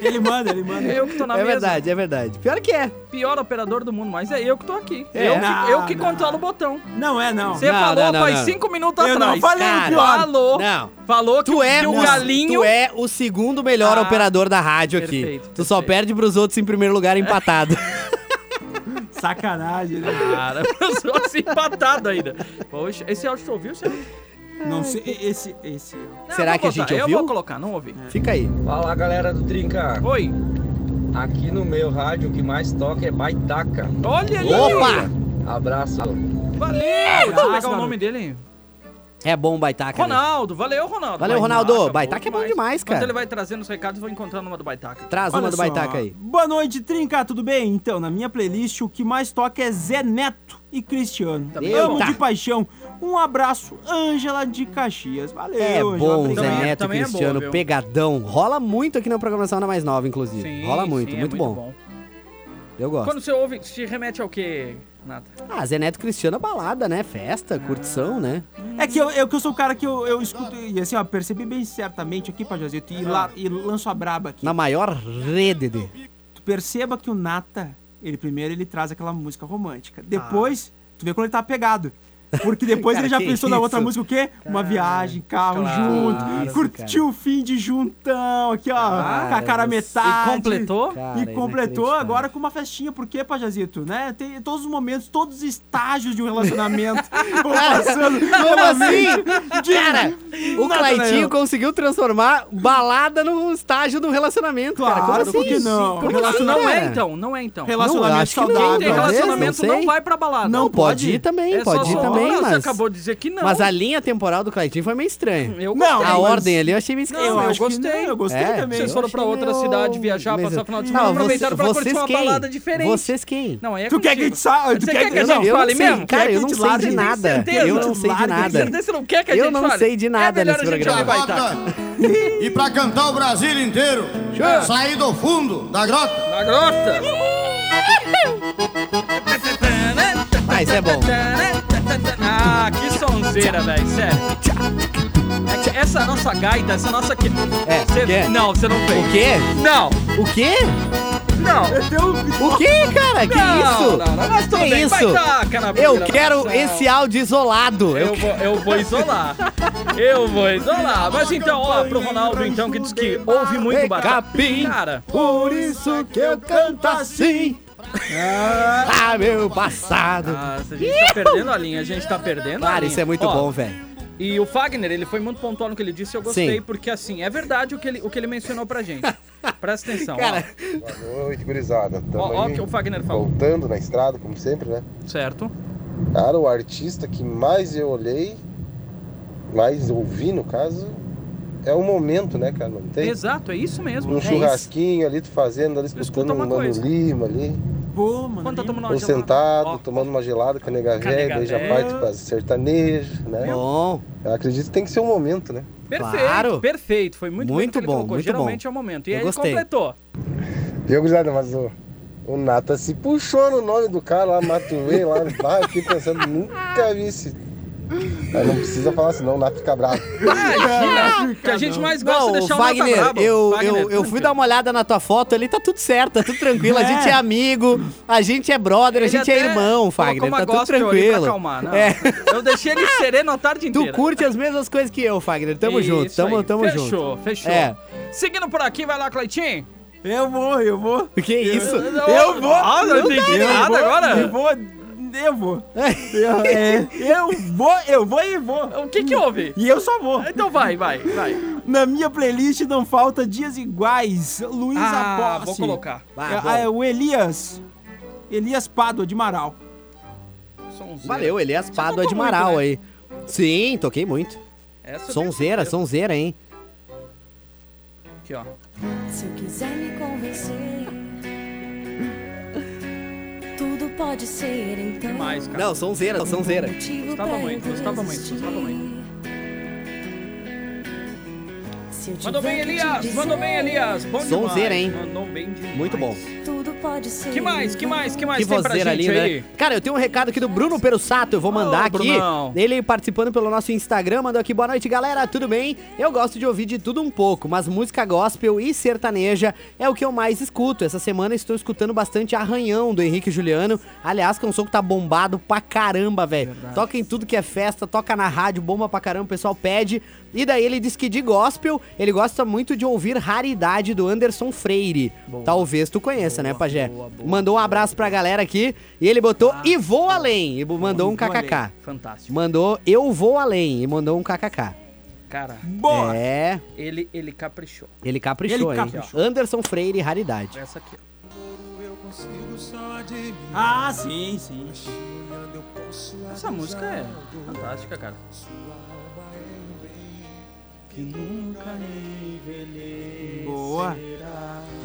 Ele manda, ele manda.
eu que tô na
é
mesa.
verdade, é verdade. Pior que é.
Pior operador do mundo, mas é eu que tô aqui.
É.
Eu, que,
Não,
eu que
não.
controlo o botão.
Não é, não.
Você
Não,
falou
não, não,
faz
não.
cinco minutos
Eu não
atrás.
falei o
Cara,
pior.
Falou.
Não.
Falou que,
Tu
o-
é,
que o
não,
um galinho...
tu é o segundo melhor
Ah,
operador da rádio aqui.
perfeito,
tu só
perfeito. É.
perde pros outros em primeiro lugar
(laughs)
empatado.
Sacanagem, né?
Cara, (laughs) eu sou assim empatado ainda. Poxa, esse áudio tu ouviu? Sérgio?
Não sei. e- Esse, esse.
Não, eu
Será
vou
que a gente
botar, Eu
ouviu?
vou colocar, não ouvi.
Fica aí.
Fala galera do Trinca,
Oi.
aqui no meu rádio o que mais toca é baitaca.
Olha aí.
Opa!
Abraço.
Valeu! Deixa eu pegar o
garoto.
nome dele.
É bom baitaca. né?
Ronaldo, valeu, Ronaldo.
Valeu, Ronaldo. Baitaca é bom demais, cara.
Quando ele vai trazendo os recados, eu vou encontrando uma do Baitaca.
Traz uma
Olha
do
só.
baitaca aí.
Boa noite, Trinca, tudo bem? Então, na minha playlist, o que mais toca é Zé Neto e Cristiano.
Também
Amo
é bom.
de paixão. Um abraço, Ângela de Caxias. Valeu,
É
Ângela,
bom,
obrigado.
Zé
Também é-
Neto e
também é bom,
Cristiano,
viu?
pegadão. Rola muito aqui na programação da Mais Nova, inclusive. Rola muito,
sim, é
muito, bom. Eu gosto.
Quando você ouve, se remete ao quê, Nata?
Ah, Zé Neto e Cristiano é balada, né? Festa, curtição, né?
É que eu, eu que eu sou o cara que eu, eu escuto, e assim, ó, percebi bem certamente aqui, Pajazito, e, la, e lanço a braba aqui.
Na maior rede de...
Tu perceba que o Nata, ele primeiro ele traz aquela música romântica. Depois, tu vê quando ele tá apegado. Porque depois
Ah. (laughs) Cara,
ele já
que
pensou na
isso?
outra música, o quê? Uma viagem, carro
claro,
junto,
isso,
curtiu o fim de juntão, aqui ó, com a cara
você-
a metade.
E completou?
Cara, é
e completou
inacreditável.
agora com uma festinha, por quê, Pajazito? Né? Tem todos os momentos, todos os estágios de um
(laughs)
relacionamento vão passando.
Como assim?
De-
Cara, o
Nada,
Claitinho
né?
conseguiu transformar balada no estágio do relacionamento, cara. Como
Claro
assim?
que não.
Como assim,
Relaciona-
não é
cara?
então, não é então.
Relacionamento
acho que não,
saudável.
Quem tem
talvez,
relacionamento
não
não,
sei.
vai pra balada.
Não,
Não
pode,
pode
ir também,
É
pode
só-
ir
só-
também,
Você
mas...
acabou de dizer que não.
Mas a linha temporal do Claitinho foi meio estranha.
Eu
Não,
gostei.
a
mas-
ordem ali eu achei meio estranha.
Não, eu
acho que
gostei.
eu gostei
É,
também.
Vocês foram pra
achei
outra
meio-
cidade viajar,
mas-
passar o final de semana,
Não,
aproveitaram pra
vocês
curtir uma
quem?
balada diferente.
Vocês quem?
Não, é
Tu quer que a gente saia? Tu
Você quer que a
Eu
gente
não, eu não
fale
sei,
mesmo?
cara,
Quer
eu
que
não
te
sei
largue?
de
Tem
nada.
certeza?
Eu não sei de
Largue,
nada.
Certeza, Você não quer que a gente
Eu não
fale?
sei de nada
é melhor
nesse
a gente então.
programa.
ouvir Baitaca.
Tá, E pra cantar o Brasil inteiro, sair do fundo da grota.
Na grota.
Ah, isso
(laughs)
é bom.
Ah, que sonzeira, velho, sério. É que Essa nossa gaita, essa nossa que...
É,
Você-
o quê?
Não, você não fez.
O quê?
Não,
O quê?
não.
O quê, cara? Que
Não,
isso?
não, não, mas tudo
que
bem,
isso?
baitaca na
eu
programação.
quero esse áudio isolado.
Eu
Eu...
vou, eu vou isolar. Eu vou isolar. Mas então, ó, pro Ronaldo, então, que diz que ouve muito
Ei,
barulho.
capim.
Cara,
Por isso que eu canto assim. Ah, meu passado.
Nossa, a gente tá perdendo a linha, a gente tá perdendo a
Cara,
linha.
isso é muito
Ó,
bom, velho.
E o Fagner, ele foi muito pontual no que ele disse, eu gostei,
Sim.
porque assim, é verdade o que ele, o que ele mencionou pra
(laughs)
gente. Presta atenção,
Cara,
Boa noite, gurizada. Tamo
Ó, ó
aí,
o que o Fagner falou.
Voltando na estrada, como sempre, né?
Certo.
Cara, o artista que mais eu olhei, mais ouvi, no caso, é o momento, né, cara? Não tem?
Exato, é isso mesmo.
Um
é isso.
churrasquinho ali, tu fazendo, ali, escutando um
uma
Mano
coisa.
Lima ali.
Boa, mano.
Quando tá tomando uma
Ou
gelada.
um sentado, tomando uma gelada com a nega
Com a nega
velha, daí já
véia.
parte pra sertanejo,
É
né?
Bom.
Eu acredito que tem que ser um momento, né?
Perfeito, perfeito. Foi muito, bem
Muito
que ele
bom,
colocou.
muito
Geralmente
bom.
é o momento. E
Eu
aí
gostei.
ele
(laughs)
completou.
Viu, gurizada? Mas o, o Nata se puxou no nome do cara lá, Matuei, lá (laughs) no bar, aqui pensando, nunca vi esse. Mas não precisa falar assim, não, o Nata fica bravo.
Imagina, que a gente mais gosta
Não,
de deixar o Nata
Wagner,
brabo.
eu,
Wagner,
eu, eu fui dar uma olhada na tua foto ali, tá tudo certo, tá tudo tranquilo. A
É.
gente é amigo, a gente é brother,
Ele
a gente é
até
irmão,
colocou
Fagner.
uma
Tá tudo
gospel ali
tranquilo.
Pra acalmar, não. (laughs)
É.
Eu deixei ele sereno a tarde
(laughs) Tu
inteira.
curte as mesmas coisas que eu, Fagner. Tamo
Isso
junto, tamo,
aí.
tamo
fechou,
junto.
Fechou, fechou.
É.
Seguindo por aqui, vai lá, Cleitinho.
Eu vou, eu vou.
Que isso? (laughs)
Eu vou.
Ah, não entendi
Eu
nada
vou,
agora.
Eu vou. Eu vou. Eu, é, eu vou, eu vou e vou.
O que que houve?
E eu só vou.
Então vai, vai, vai.
Na minha playlist não falta dias iguais. Luiz
Ah,
Aposse.
vou colocar. Vai,
É,
bom.
é, o Elias. Elias Pádua de Marau.
Valeu, Elias Pado de Amaral aí. Sim, toquei muito.
Essa
Sonzeira, sonzeira, hein?
Aqui, ó.
Se eu quiser me convencer, tudo pode ser então.
Demais, cara.
Não, sonzeira, sonzeira.
Gostava muito, gostava muito, gostava muito. Mandou bem, Elias! Mandou bem, Elias! Bom demais!
Sonzeira, hein?
Mandou bem demais.
Muito bom.
Tudo pode ser. então
Que mais, que mais, que mais
Que
tem pra gente
vozeira ali,
aí?
né? Cara, eu tenho um recado aqui do Bruno Perussato, eu vou mandar aqui.
Brunão.
Ele participando pelo nosso Instagram, mandou aqui, boa noite, galera, tudo bem? Eu gosto de ouvir de tudo um pouco, mas música gospel e sertaneja é o que eu mais escuto. Essa semana estou escutando bastante Arranhão, do Henrique Juliano. Aliás, que é um som que tá bombado pra caramba, velho. Toca em tudo que é festa, toca na rádio, bomba pra caramba, o pessoal pede. E daí ele diz que de gospel, ele gosta muito de ouvir Raridade, do Anderson Freire. Talvez tu conheça, né, Pajé? Mandou um abraço pra galera aqui e ele botou e vou além. E mandou um kkk.
Fantástico.
Mandou eu vou além e mandou um kkk.
Cara,
Boa!
É,
ele, ele caprichou.
ele
Ele
caprichou, hein?
caprichou.
Anderson Freire, raridade.
Essa aqui, ó.
Ah, sim, sim.
Essa música é fantástica, cara.
Boa.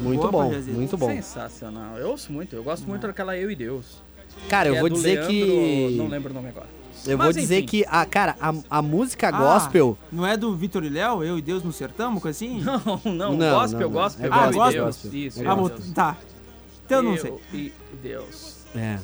Muito
Boa,
bom,
Pajazito.
muito bom.
Sensacional. Eu ouço muito, eu gosto muito daquela Eu e Deus.
Cara, eu
Que é
vou
do
dizer
Leandro-
que-
Não lembro o nome agora.
Eu
Mas,
vou dizer
enfim.
que, a, cara, a, a música
Ah,
gospel.
não é do Vitor e Léo? Eu e Deus no sertão, uma coisa
(laughs)
assim?
Não, não,
Não,
gospel,
não, não.
gospel,
É
eu e
gospel,
Deus.
gospel.
Isso,
É
eu e
gospel.
Deus.
Tá. Então eu não sei.
Eu e Deus.
É.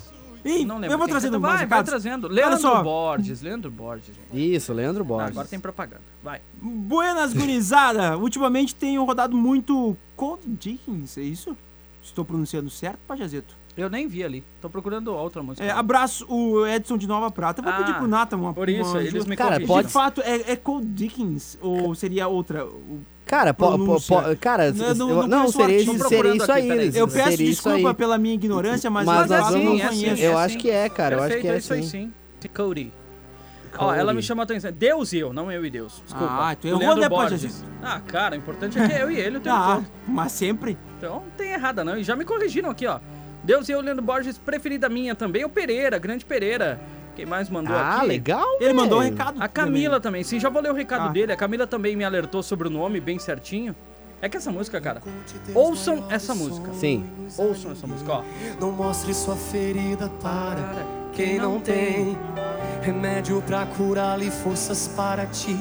Ih,
Não lembro
eu vou
quem
trazendo
canta. Vai,
mais
vai
recados.
trazendo.
Olha
Leandro
só.
Borges, Leandro Borges. gente.
Isso, Leandro Borges.
agora tem propaganda. Vai.
Buenas, gurizada! Ultimamente tenho rodado muito Cold Jeans, é isso? Estou pronunciando certo, Pajazeto?
Eu nem vi ali. Tô procurando outra música.
É, abraço o Edson de Nova Prata. Eu Vou
Ah,
pedir pro Nata uma
por isso,
uma
eles
ajuda.
me Cara, corrigiram.
De
pode-
fato, é, é Cold Dickens ou seria outra? o-
Cara, po- po-
pronúncia?
po- cara,
Eu
eu- não,
conheço o
seria isso-
artista.
seria isso aí, Liz,
Eu peço
seria isso
desculpa
aí.
pela minha ignorância, mas,
Mas
é
eu
nós
assim,
não
vamos-
conheço.
eu acho que é, cara, eu acho que é
isso aí
sim.
sim. Cody. Ó, ela me chamou a atenção. Deus e eu, não eu e Deus. Desculpa.
Ah, tu
O
errou,
Leandro
né,
Borges.
Pajazito?
Ah, cara, o importante é que é eu e ele o tempo
Ah,
todo.
mas sempre.
Então não tem errada não. E já me corrigiram aqui, ó. Deus e eu, Leandro Borges, preferida minha também. O Pereira, grande Pereira. Quem mais mandou
Ah,
aqui?
legal.
Ele mandou um
velho.
recado.
A Camila também. Sim, já vou ler o recado
Ah.
dele. A Camila também me alertou sobre o nome bem certinho. É que essa música, cara. Ouçam essa música.
Sim.
Ouçam essa música, ó.
Não mostre sua ferida para quem não tem remédio pra curá-la e forças para te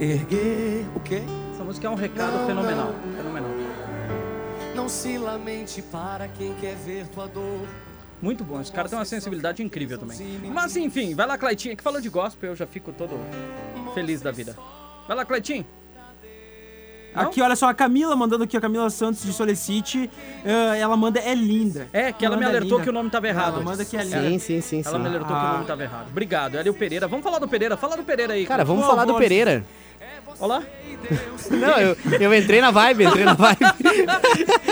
erguer. O quê?
Essa música é um recado fenomenal. Fenomenal.
Não se lamente para quem quer ver tua dor.
Muito bom. Esse cara tem uma sensibilidade incrível também. Mas enfim, vai lá, Claitinha, que falou de gospel, eu já fico todo feliz da vida. Vai lá, Claitinho.
Aqui, olha só, a Camila mandando aqui, a Camila Santos de Solicite. eh, ela manda é linda.
É, que ela me
manda, é
alertou
linda.
que o nome tava errado.
Ela manda que é linda.
Sim, sim, sim,
Ela
sim.
me alertou que o
Ah.
nome tava errado. Obrigado. Ela e o Pereira. Vamos falar do Pereira. Fala do Pereira aí.
Cara, vamos
Por
falar do
favor.
Pereira. (laughs)
Olá.
Não, eu, eu entrei na vibe, entrei na vibe.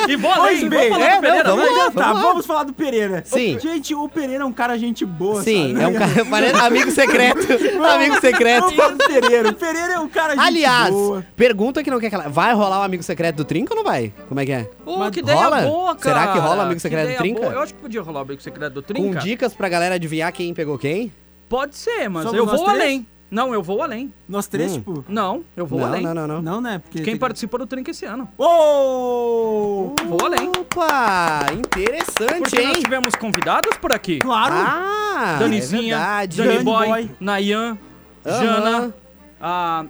E bora
Pois
aí,
bem,
vamos falar
é,
do Pereira, né?
não,
vai.
vamos lá.
Tá, vamos falar do Pereira.
Sim.
Gente, o Pereira é um cara gente boa,
Sim,
sabe?
é um cara- parece amigo secreto, amigo secreto.
Vamos falar do Pereira. O Pereira é um cara gente
Aliás,
boa.
pergunta que não quer calar. Vai rolar o amigo secreto do Trinca ou não vai? Como é que é?
Ô, que ideia
rola?
boa, cara.
Será que rola amigo
Que
secreto do
ideia
Trinca?
boa. Eu acho que podia rolar o amigo secreto do
Com
Trinca.
dicas pra galera adivinhar quem pegou quem?
Pode ser, mas
Somos
eu
nós
vou
três?
além. Não, eu vou além.
Nós três,
Hum.
tipo...
Não, eu vou
não,
além.
não, não, não.
Não, né? Porque...
Quem participou do Trinca esse ano.
Ô!
Vou além.
Opa, interessante,
Porque nós
hein?
tivemos convidados por aqui.
Claro!
Ah,
Danizinha,
é verdade.
Dani,
Dani
Boy,
Boy.
Nayan,
Aham.
Jana, a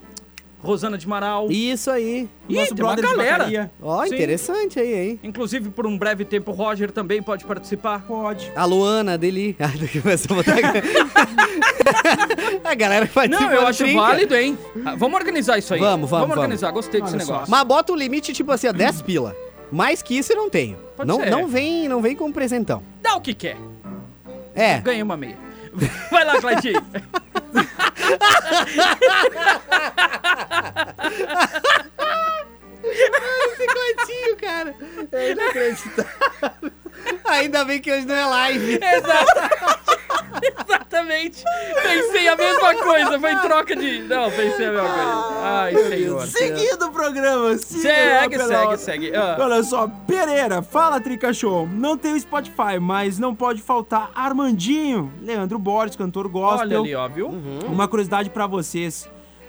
Rosana de Maral.
Isso aí.
O
Ih,
nosso
tem uma
brother de
galera.
bateria.
Ó,
Sim.
interessante aí, hein?
Inclusive, por um breve tempo, o Roger também pode participar.
Pode.
A Luana dele. (laughs) Ah, daqui começou
(laughs)
a botar. a galera que participa
Não, eu
do
acho
É tipo Trinca.
válido, hein? Ah, Vamos organizar isso aí.
Vamos, vamos,
Vamos
vamos.
organizar, gostei desse
Olha só.
negócio.
Mas bota um limite tipo assim,
(clears throat)
ó, 10 pila. Mais que isso eu não tenho.
Pode
Não,
ser.
não vem, não vem com presentão.
Dá o que quer. (laughs)
É.
Ganhei uma meia. Vai lá,
(laughs)
Claudinho. é
Esse coitinho, cara. É inacreditável. Ainda bem que hoje não é live.
Exatamente. Pensei a mesma coisa. Foi troca de. Não, pensei a mesma coisa. Ai, senhor.
Seguindo o programa. siga lá
Segue,
pela
segue,
hora.
segue. Ah,
Olha só, Pereira, fala Trica Show. Não tem o Spotify, mas não pode faltar Armandinho, Leandro Borges, cantor
olha
gospel.
ali, ó, viu?
Hum? Uma curiosidade pra vocês.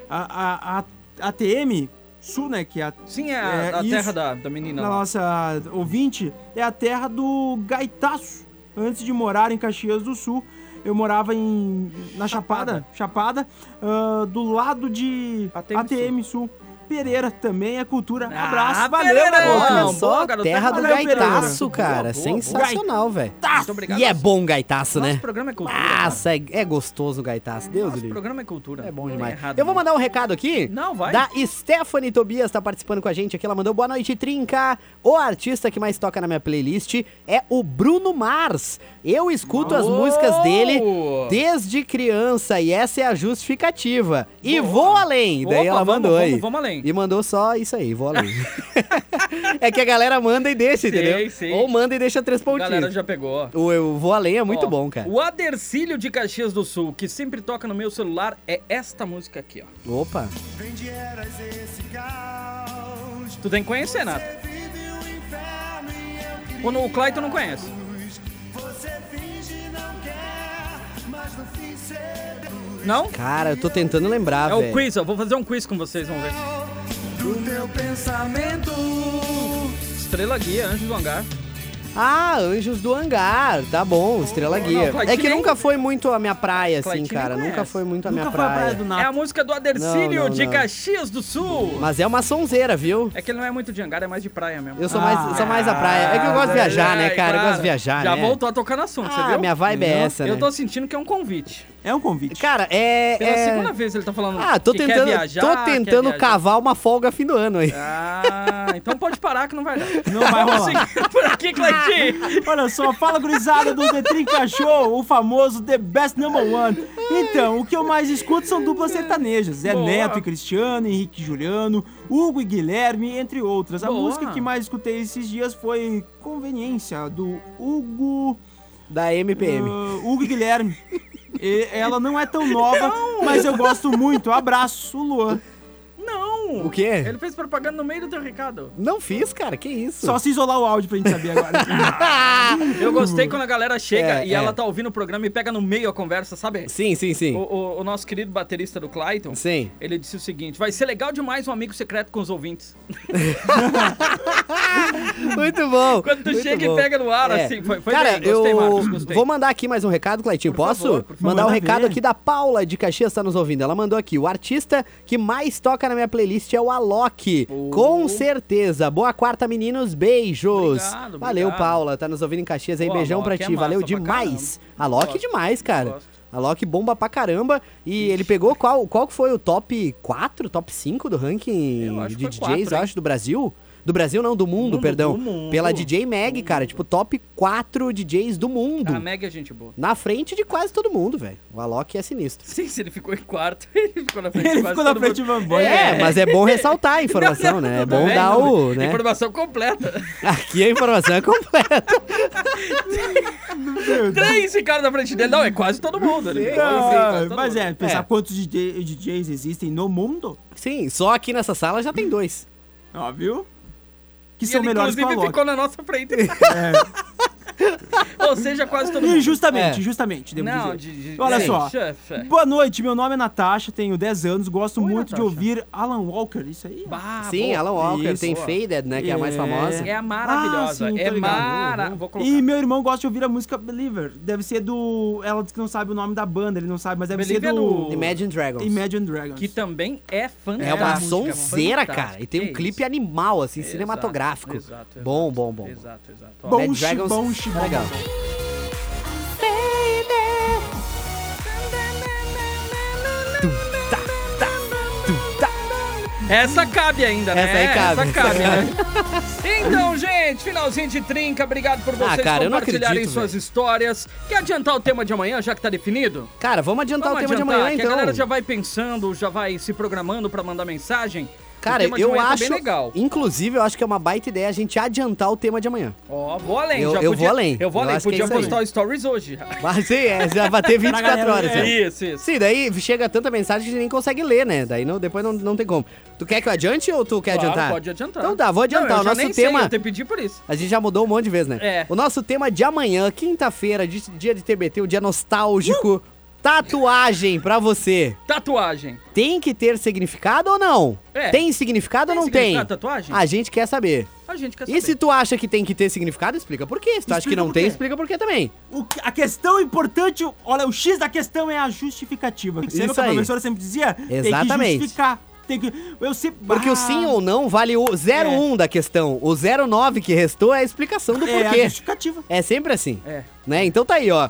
A, a, a ATM Sul, né, que é a,
Sim, é a,
É,
a
isso.
terra da, da menina
na
lá.
nossa ouvinte, é a terra do Gaitaço. Antes de morar em Caxias do Sul, eu morava em na Chapada, Chapada, ah, do lado de
ATM
ATM, Sul. Pereira também é cultura.
Ah,
Abraço, valeu,
Pereira!
garoto.
Olha
Não,
só,
boa, garoto. Tá
terra do
Valeu, Pereira.
gaitaço, cara.
Boa, boa, boa.
Sensacional, velho.
Muito obrigado.
E é bom o gaitaço,
Nosso
né?
programa é cultura. cara.
Nossa, é, é gostoso o gaitaço. Deus do
Nosso
livro.
programa é cultura.
É bom
Não tem
demais.
errado,
Eu vou
não.
mandar um recado aqui.
Não, vai.
Da Stephanie Tobias tá participando com a gente aqui. Ela mandou boa noite, Trinca. O artista que mais toca na minha playlist é o Bruno Mars. Eu escuto as
Uou!
músicas dele desde criança e essa é a justificativa. E vou além. Daí
Opa,
ela
vamos,
mandou
vamos,
aí.
vamos além.
E mandou só isso aí, vou além. (laughs) é que a galera manda e deixa, entendeu?
sim.
Ou manda e deixa três
A galera
pontinhos.
já pegou.
O um eu vou além é muito
Ó,
bom, cara.
O Adercílio de Caxias do Sul, que sempre toca no meu celular, é esta música aqui, ó.
Opa.
Tu tem que conhecer, Nato. O, no- o Clayton não conhece. Não?
Cara, eu tô tentando lembrar,
É
Ah, velho.
o quiz, eu vou fazer um quiz com vocês, vamos ver. Estrela Guia, Anjos do Hangar.
Ah, Anjos do Hangar, tá bom, Estrela Guia.
não,
é que
Claudinei-
nunca foi muito a minha praia, assim,
Claudinei
cara.
conhece.
Nunca foi muito a minha
Nunca foi a
praia.
praia do
É
Nato.
a música do Adercílio
Não, não,
de
não.
Caxias do Sul.
Mas é uma sonzeira, viu?
É que ele não é muito de hangar, é mais de praia mesmo.
Eu sou, mais, sou mais a praia. É que eu gosto de viajar, né,
Ai,
cara? Eu gosto
claro.
de viajar,
Já
né?
voltou a tocar no assunto, você
Ah,
viu?
minha vibe é
Entendeu?
essa,
Eu
né?
tô sentindo que é um convite.
É um convite.
Cara, é.
Pela
é-
segunda vez ele tá falando
Ah, tô
que
tentando,
quer viajar,
tô
quer
tentando
viajar.
cavar uma folga fim do ano aí.
Ah, então pode parar que não vai dar.
Não vai
Vamos
rolar.
seguir por aqui, Cleitinho.
Olha só, fala gurizada do The Trinca Show, o famoso The Best Number One. Então, o que eu mais escuto são duplas sertanejas: Zé
Boa.
Neto e Cristiano, Henrique e Juliano, Hugo e Guilherme, entre outras. A
Boa.
música que mais escutei esses dias foi Conveniência, do Hugo.
Da MPM.
ah, Hugo e Guilherme. E ela não é tão nova, mas eu gosto muito. Abraço, Luan.
Não.
O quê?
Ele fez propaganda no meio do teu recado.
Não fiz, cara, que isso? (laughs)
Só se isolar o áudio pra gente saber agora.
Eu gostei quando a galera chega
É,
e
é.
ela tá ouvindo o programa e pega no meio a conversa, sabe?
Sim, sim, sim.
O, o- o nosso querido baterista do Clayton,
Sim.
ele disse o seguinte, vai ser legal demais um amigo secreto com os ouvintes.
Muito bom.
Quando tu
muito
chega
bom.
e pega no ar,
É.
assim, foi, foi
Cara,
bem, gostei,
eu
Marcos, gostei.
vou mandar aqui mais um recado, Cleitinho.
Por
Posso?
favor, por favor.
mandar um
Manda
recado
ver.
aqui da Paula de Caxias, tá nos ouvindo. Ela mandou aqui: o artista que mais toca na minha playlist é o Alok. Com certeza. Boa quarta, meninos. Beijos.
Obrigado,
Valeu,
obrigado.
Paula. Tá nos ouvindo em Caxias aí.
Pô,
Beijão
Alok
pra
é
ti. Valeu
massa pra
demais.
caramba.
Alok
Gosto,
demais, cara.
gosto.
Alok bomba pra caramba. E ele pegou qual, qual que foi o top 4, top 5 do ranking
Eu acho
de
que
DJs,
foi quatro,
eu
hein?
acho, do Brasil? Do Brasil não, do mundo, perdão.
do mundo.
Pela DJ Mag, cara. Tipo, top 4 DJs do mundo.
A Meg é gente boa.
Na frente de quase todo mundo, velho. O Alok é sinistro.
Sim, se ele ficou em quarto, (laughs) ele ficou na frente
Ele
quase
ficou na
todo
frente
mundo.
de Van Boy. É,
(laughs)
mas é bom ressaltar a informação, né? É
tudo
bom dar o,
tudo-
né?
(laughs) Informação completa.
(laughs) Aqui a informação é completa.
(laughs) Três ficaram na frente dele. Não, é quase todo mundo. Ele ficou assim,
Ah,
quase todo
mas
mundo.
é, pensar quantos DJ DJs existem no mundo?
Sim, só aqui nessa sala já tem dois.
Ó, viu? Que
E
são
ele,
melhores que o
inclusive,
Alok.
ficou na nossa
(laughs)
frente. É. Ou seja, quase todo mundo.
E justamente, justamente, devo
É. Não,
é dizer.
de- de-
Olha
sim,
só.
chefe.
Boa noite, meu nome é Natasha, tenho 10 anos, gosto muito de ouvir Alan Walker, isso aí?
Sim, é Alan Walker, tem Faded, né, que é a mais famosa.
Ah, É a
Ah,
maravilhosa, é mara- vou colocar.
E meu irmão gosta de ouvir a música Believer. Deve ser do. Ela diz que não sabe o nome da banda, ele não sabe, mas deve
Believer é
ser do.
do-
Imagine Dragons.
Imagine Dragons.
Que também é fantástica.
É uma
música,
sonzeira,
fantástica.
cara. E tem um
Que
clipe animal, assim,
Exato,
cinematográfico.
exato, exato.
bom, bom, bom.
Exato, exato.
Ó,
Bom,
Imagine
shi,
Dragons,
bom, shi, bom,
legal.
bom.
tá,
Essa cabe ainda, né?
Essa aí
Essa
cabe, essa
cabe,
(laughs) cabe.
né? Então, gente, finalzinho de trinca. Obrigado por vocês
Ah, cara, eu não
compartilharem
acredito,
suas histórias. Quer adiantar o tema de amanhã, já que tá definido?
Cara, vamos adiantar o tema de amanhã,
que
então.
A galera já vai pensando, já vai se programando pra mandar mensagem.
Cara,
o tema de
eu
amanhã tá
acho.
bem legal.
Inclusive, eu acho que é uma baita ideia a gente adiantar o tema de amanhã.
Ó, vou além.
Eu-
já
eu
podia,
vou além.
Eu vou
Eu
além.
acho que é
Podia
isso aí.
postar o stories hoje.
Mas sim, é, já
(laughs)
vai ter 24 horas.
É
né?
isso, isso.
Sim, daí chega tanta mensagem que a gente nem consegue ler, né? Daí não, depois não, não tem como. Tu quer que eu adiante ou tu quer
Claro,
adiantar?
Pode adiantar.
Então tá, vou adiantar.
Não, eu
o
já
nosso
nem
tema.
Sei, eu te pedi por isso.
A gente já mudou um monte de vezes, né?
É.
O nosso tema de amanhã, quinta-feira, de- dia de TBT, um dia
Uh!
nostálgico. Tatuagem pra você.
Tatuagem.
Tem que ter significado ou não?
É.
Tem significado ou não tem?
significado é tatuagem?
A gente quer saber.
A gente quer
E se tu acha que tem que ter significado, explica por quê. Se tu acha que
Explica
não
por
tem,
quê.
explica por quê também.
O que- a questão importante, olha, o X da questão é a justificativa. Você lembra
Isso
que a
aí.
professora sempre dizia? Tem que
Exatamente.
justificar. Tem que, eu sempre, Ah,
Porque o sim ou não vale o
É.
01 da questão. O 09 que restou é a explicação do
É, a
porquê.
justificativa.
É sempre assim.
É.
Né? Então tá aí, ó.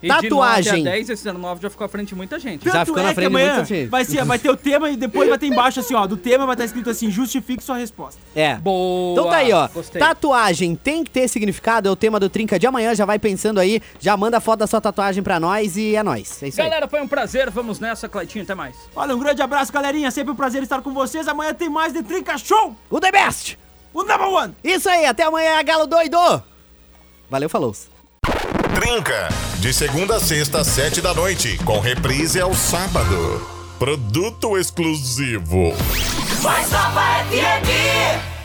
E De
Tatuagem.
9 a 10, esse ano 9 já ficou à frente de muita gente.
Tanto é que amanhã vai, ser, vai ter o tema e depois vai ter embaixo assim, ó. Do tema vai estar escrito assim, justifique sua resposta.
É.
Boa.
Então tá aí, ó.
Gostei.
Tatuagem tem que ter significado, é o tema do Trinca de amanhã. Já vai pensando aí, já manda a foto da sua tatuagem pra nós e é nóis. É isso aí.
Galera, foi um prazer. Vamos nessa, Claitinho. Até mais.
Olha, um grande abraço, galerinha. Sempre um prazer estar com vocês. Amanhã tem mais de Trinca Show.
O The Best!
O number one!
Isso aí, até amanhã, Galo Doido! Valeu, falou.
Trinca. De segunda a sexta, às sete da noite. Com reprise ao sábado. Produto exclusivo.
Mais nova FM.